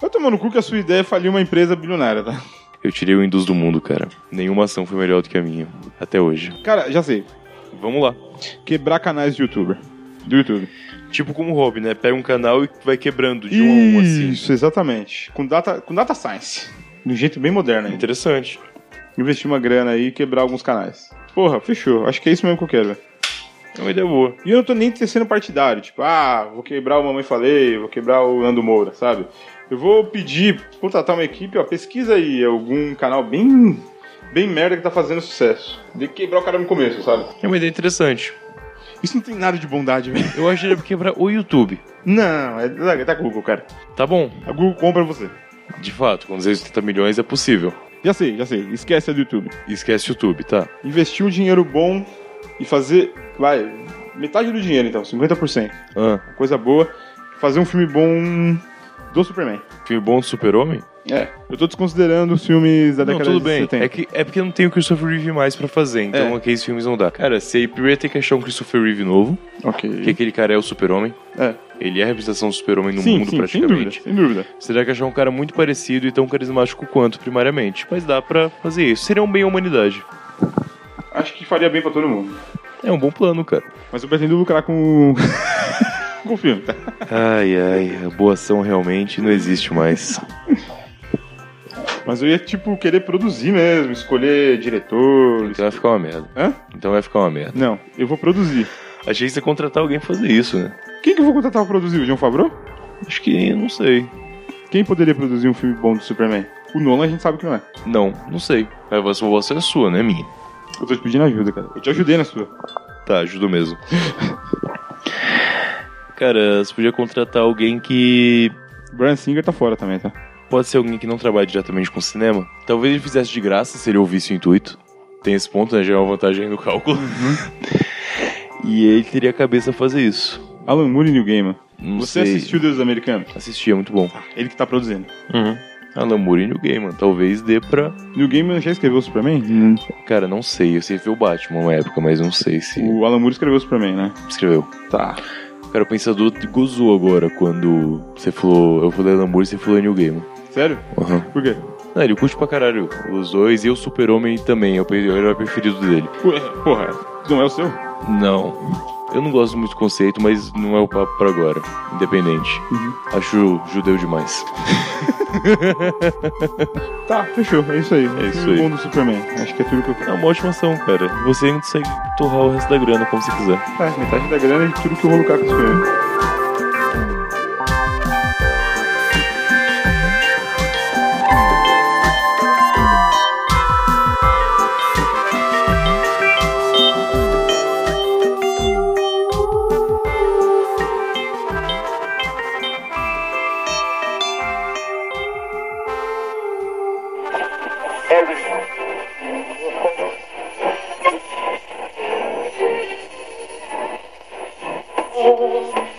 Speaker 2: Vai tomar no cu que a sua ideia é falir uma empresa bilionária, tá?
Speaker 3: Eu tirei o Indus do mundo, cara. Nenhuma ação foi melhor do que a minha, até hoje.
Speaker 2: Cara, já sei.
Speaker 3: Vamos lá.
Speaker 2: Quebrar canais de youtuber. Do YouTube.
Speaker 3: Tipo como hobby, né? Pega um canal e vai quebrando de um a um, assim.
Speaker 2: Isso, exatamente. Com data, com data science. De um jeito bem moderno ainda.
Speaker 3: Interessante.
Speaker 2: Investir uma grana aí e quebrar alguns canais. Porra, fechou. Acho que é isso mesmo que eu quero, velho.
Speaker 3: É uma ideia boa.
Speaker 2: E eu não tô nem sendo partidário, tipo, ah, vou quebrar o Mamãe Falei, vou quebrar o Nando Moura, sabe? Eu vou pedir, contratar uma equipe, ó, pesquisa aí algum canal bem bem merda que tá fazendo sucesso. De quebrar o cara no começo, sabe?
Speaker 3: É uma ideia interessante.
Speaker 2: Isso não tem nada de bondade, velho.
Speaker 3: Eu acho que ele vai quebrar o YouTube.
Speaker 2: Não, é da tá Google, cara.
Speaker 3: Tá bom.
Speaker 2: A Google compra você.
Speaker 3: De fato, com 280 milhões é possível.
Speaker 2: Já sei, já sei. Esquece a do YouTube.
Speaker 3: Esquece o YouTube, tá?
Speaker 2: Investir um dinheiro bom e fazer, vai, metade do dinheiro então, 50%.
Speaker 3: Ah,
Speaker 2: Coisa boa. Fazer um filme bom do Superman.
Speaker 3: filme bom do Super-Homem?
Speaker 2: É, eu tô desconsiderando os filmes da
Speaker 3: Não,
Speaker 2: década
Speaker 3: tudo
Speaker 2: de
Speaker 3: bem.
Speaker 2: 70.
Speaker 3: É, que, é porque não tem o Christopher Reeve mais pra fazer, então
Speaker 2: É.
Speaker 3: aqueles filmes não dá. Cara, você aí primeiro tem que achar um Christopher Reeve novo,
Speaker 2: Ok.
Speaker 3: que aquele cara é o Super-Homem.
Speaker 2: É.
Speaker 3: Ele é a representação do Super-Homem no
Speaker 2: sim,
Speaker 3: mundo
Speaker 2: sim,
Speaker 3: praticamente.
Speaker 2: Sem dúvida, sem dúvida.
Speaker 3: Você tem que achar um cara muito parecido e tão carismático quanto, primariamente. Mas dá pra fazer isso. Seria um bem à humanidade.
Speaker 2: Acho que faria bem pra todo mundo.
Speaker 3: É um bom plano, cara.
Speaker 2: Mas eu pretendo lucrar com. com o filme, tá?
Speaker 3: Ai, ai, a boa ação realmente não existe mais.
Speaker 2: Mas eu ia, tipo, querer produzir mesmo, escolher diretores.
Speaker 3: Então vai ficar uma merda.
Speaker 2: Hã?
Speaker 3: Então vai ficar uma merda.
Speaker 2: Não, eu vou produzir.
Speaker 3: Achei que você ia contratar alguém pra fazer isso, né?
Speaker 2: Quem que eu vou contratar pra produzir? O John Favreau?
Speaker 3: Acho que não sei.
Speaker 2: Quem poderia produzir um filme bom do Superman? O Nolan a gente sabe que não é.
Speaker 3: Não, não sei. A vossa é sua, não é minha.
Speaker 2: Eu tô te pedindo ajuda, cara. Eu te ajudei na sua.
Speaker 3: Tá, ajudo mesmo. Cara, você podia contratar alguém que.
Speaker 2: Brian Singer tá fora também, tá?
Speaker 3: Pode ser alguém que não trabalha diretamente com cinema. Talvez ele fizesse de graça se ele ouvisse o intuito. Tem esse ponto, né? Já é uma vantagem aí no cálculo.
Speaker 2: Uhum.
Speaker 3: e ele teria a cabeça a fazer isso.
Speaker 2: Alan Moore e New Gaiman.
Speaker 3: Não
Speaker 2: Você
Speaker 3: sei.
Speaker 2: assistiu Deus Americanos?
Speaker 3: Assisti, é muito bom.
Speaker 2: Ele que tá produzindo.
Speaker 3: Uhum. Alan Moore e New Gaiman. Talvez dê pra.
Speaker 2: New Gaiman já escreveu o Superman?
Speaker 3: Cara, não sei. Eu sei que foi o Batman uma época, mas não sei se
Speaker 2: O Alan Moore escreveu o Superman, né?
Speaker 3: escreveu.
Speaker 2: Tá.
Speaker 3: Cara, o pensador gozou agora quando você falou. Eu falei Alan Moore e você falou New Gaiman.
Speaker 2: Sério?
Speaker 3: Aham.
Speaker 2: Por quê?
Speaker 3: Não, ele curte pra caralho os dois e o Super-Homem também. É o pe- é o herói preferido dele.
Speaker 2: Porra, porra, não é o seu?
Speaker 3: Não. Eu não gosto muito do conceito, mas não é o papo pra agora. Independente. Acho judeu demais.
Speaker 2: Tá, fechou, é isso aí. É
Speaker 3: isso aí.
Speaker 2: bom do Superman. Acho que é tudo que eu
Speaker 3: É
Speaker 2: quero.
Speaker 3: uma ótima ação, cara. Você ainda consegue torrar o resto da grana como você quiser.
Speaker 2: Tá, metade da grana é de tudo que eu vou lucrar com o Superman.
Speaker 4: Deus.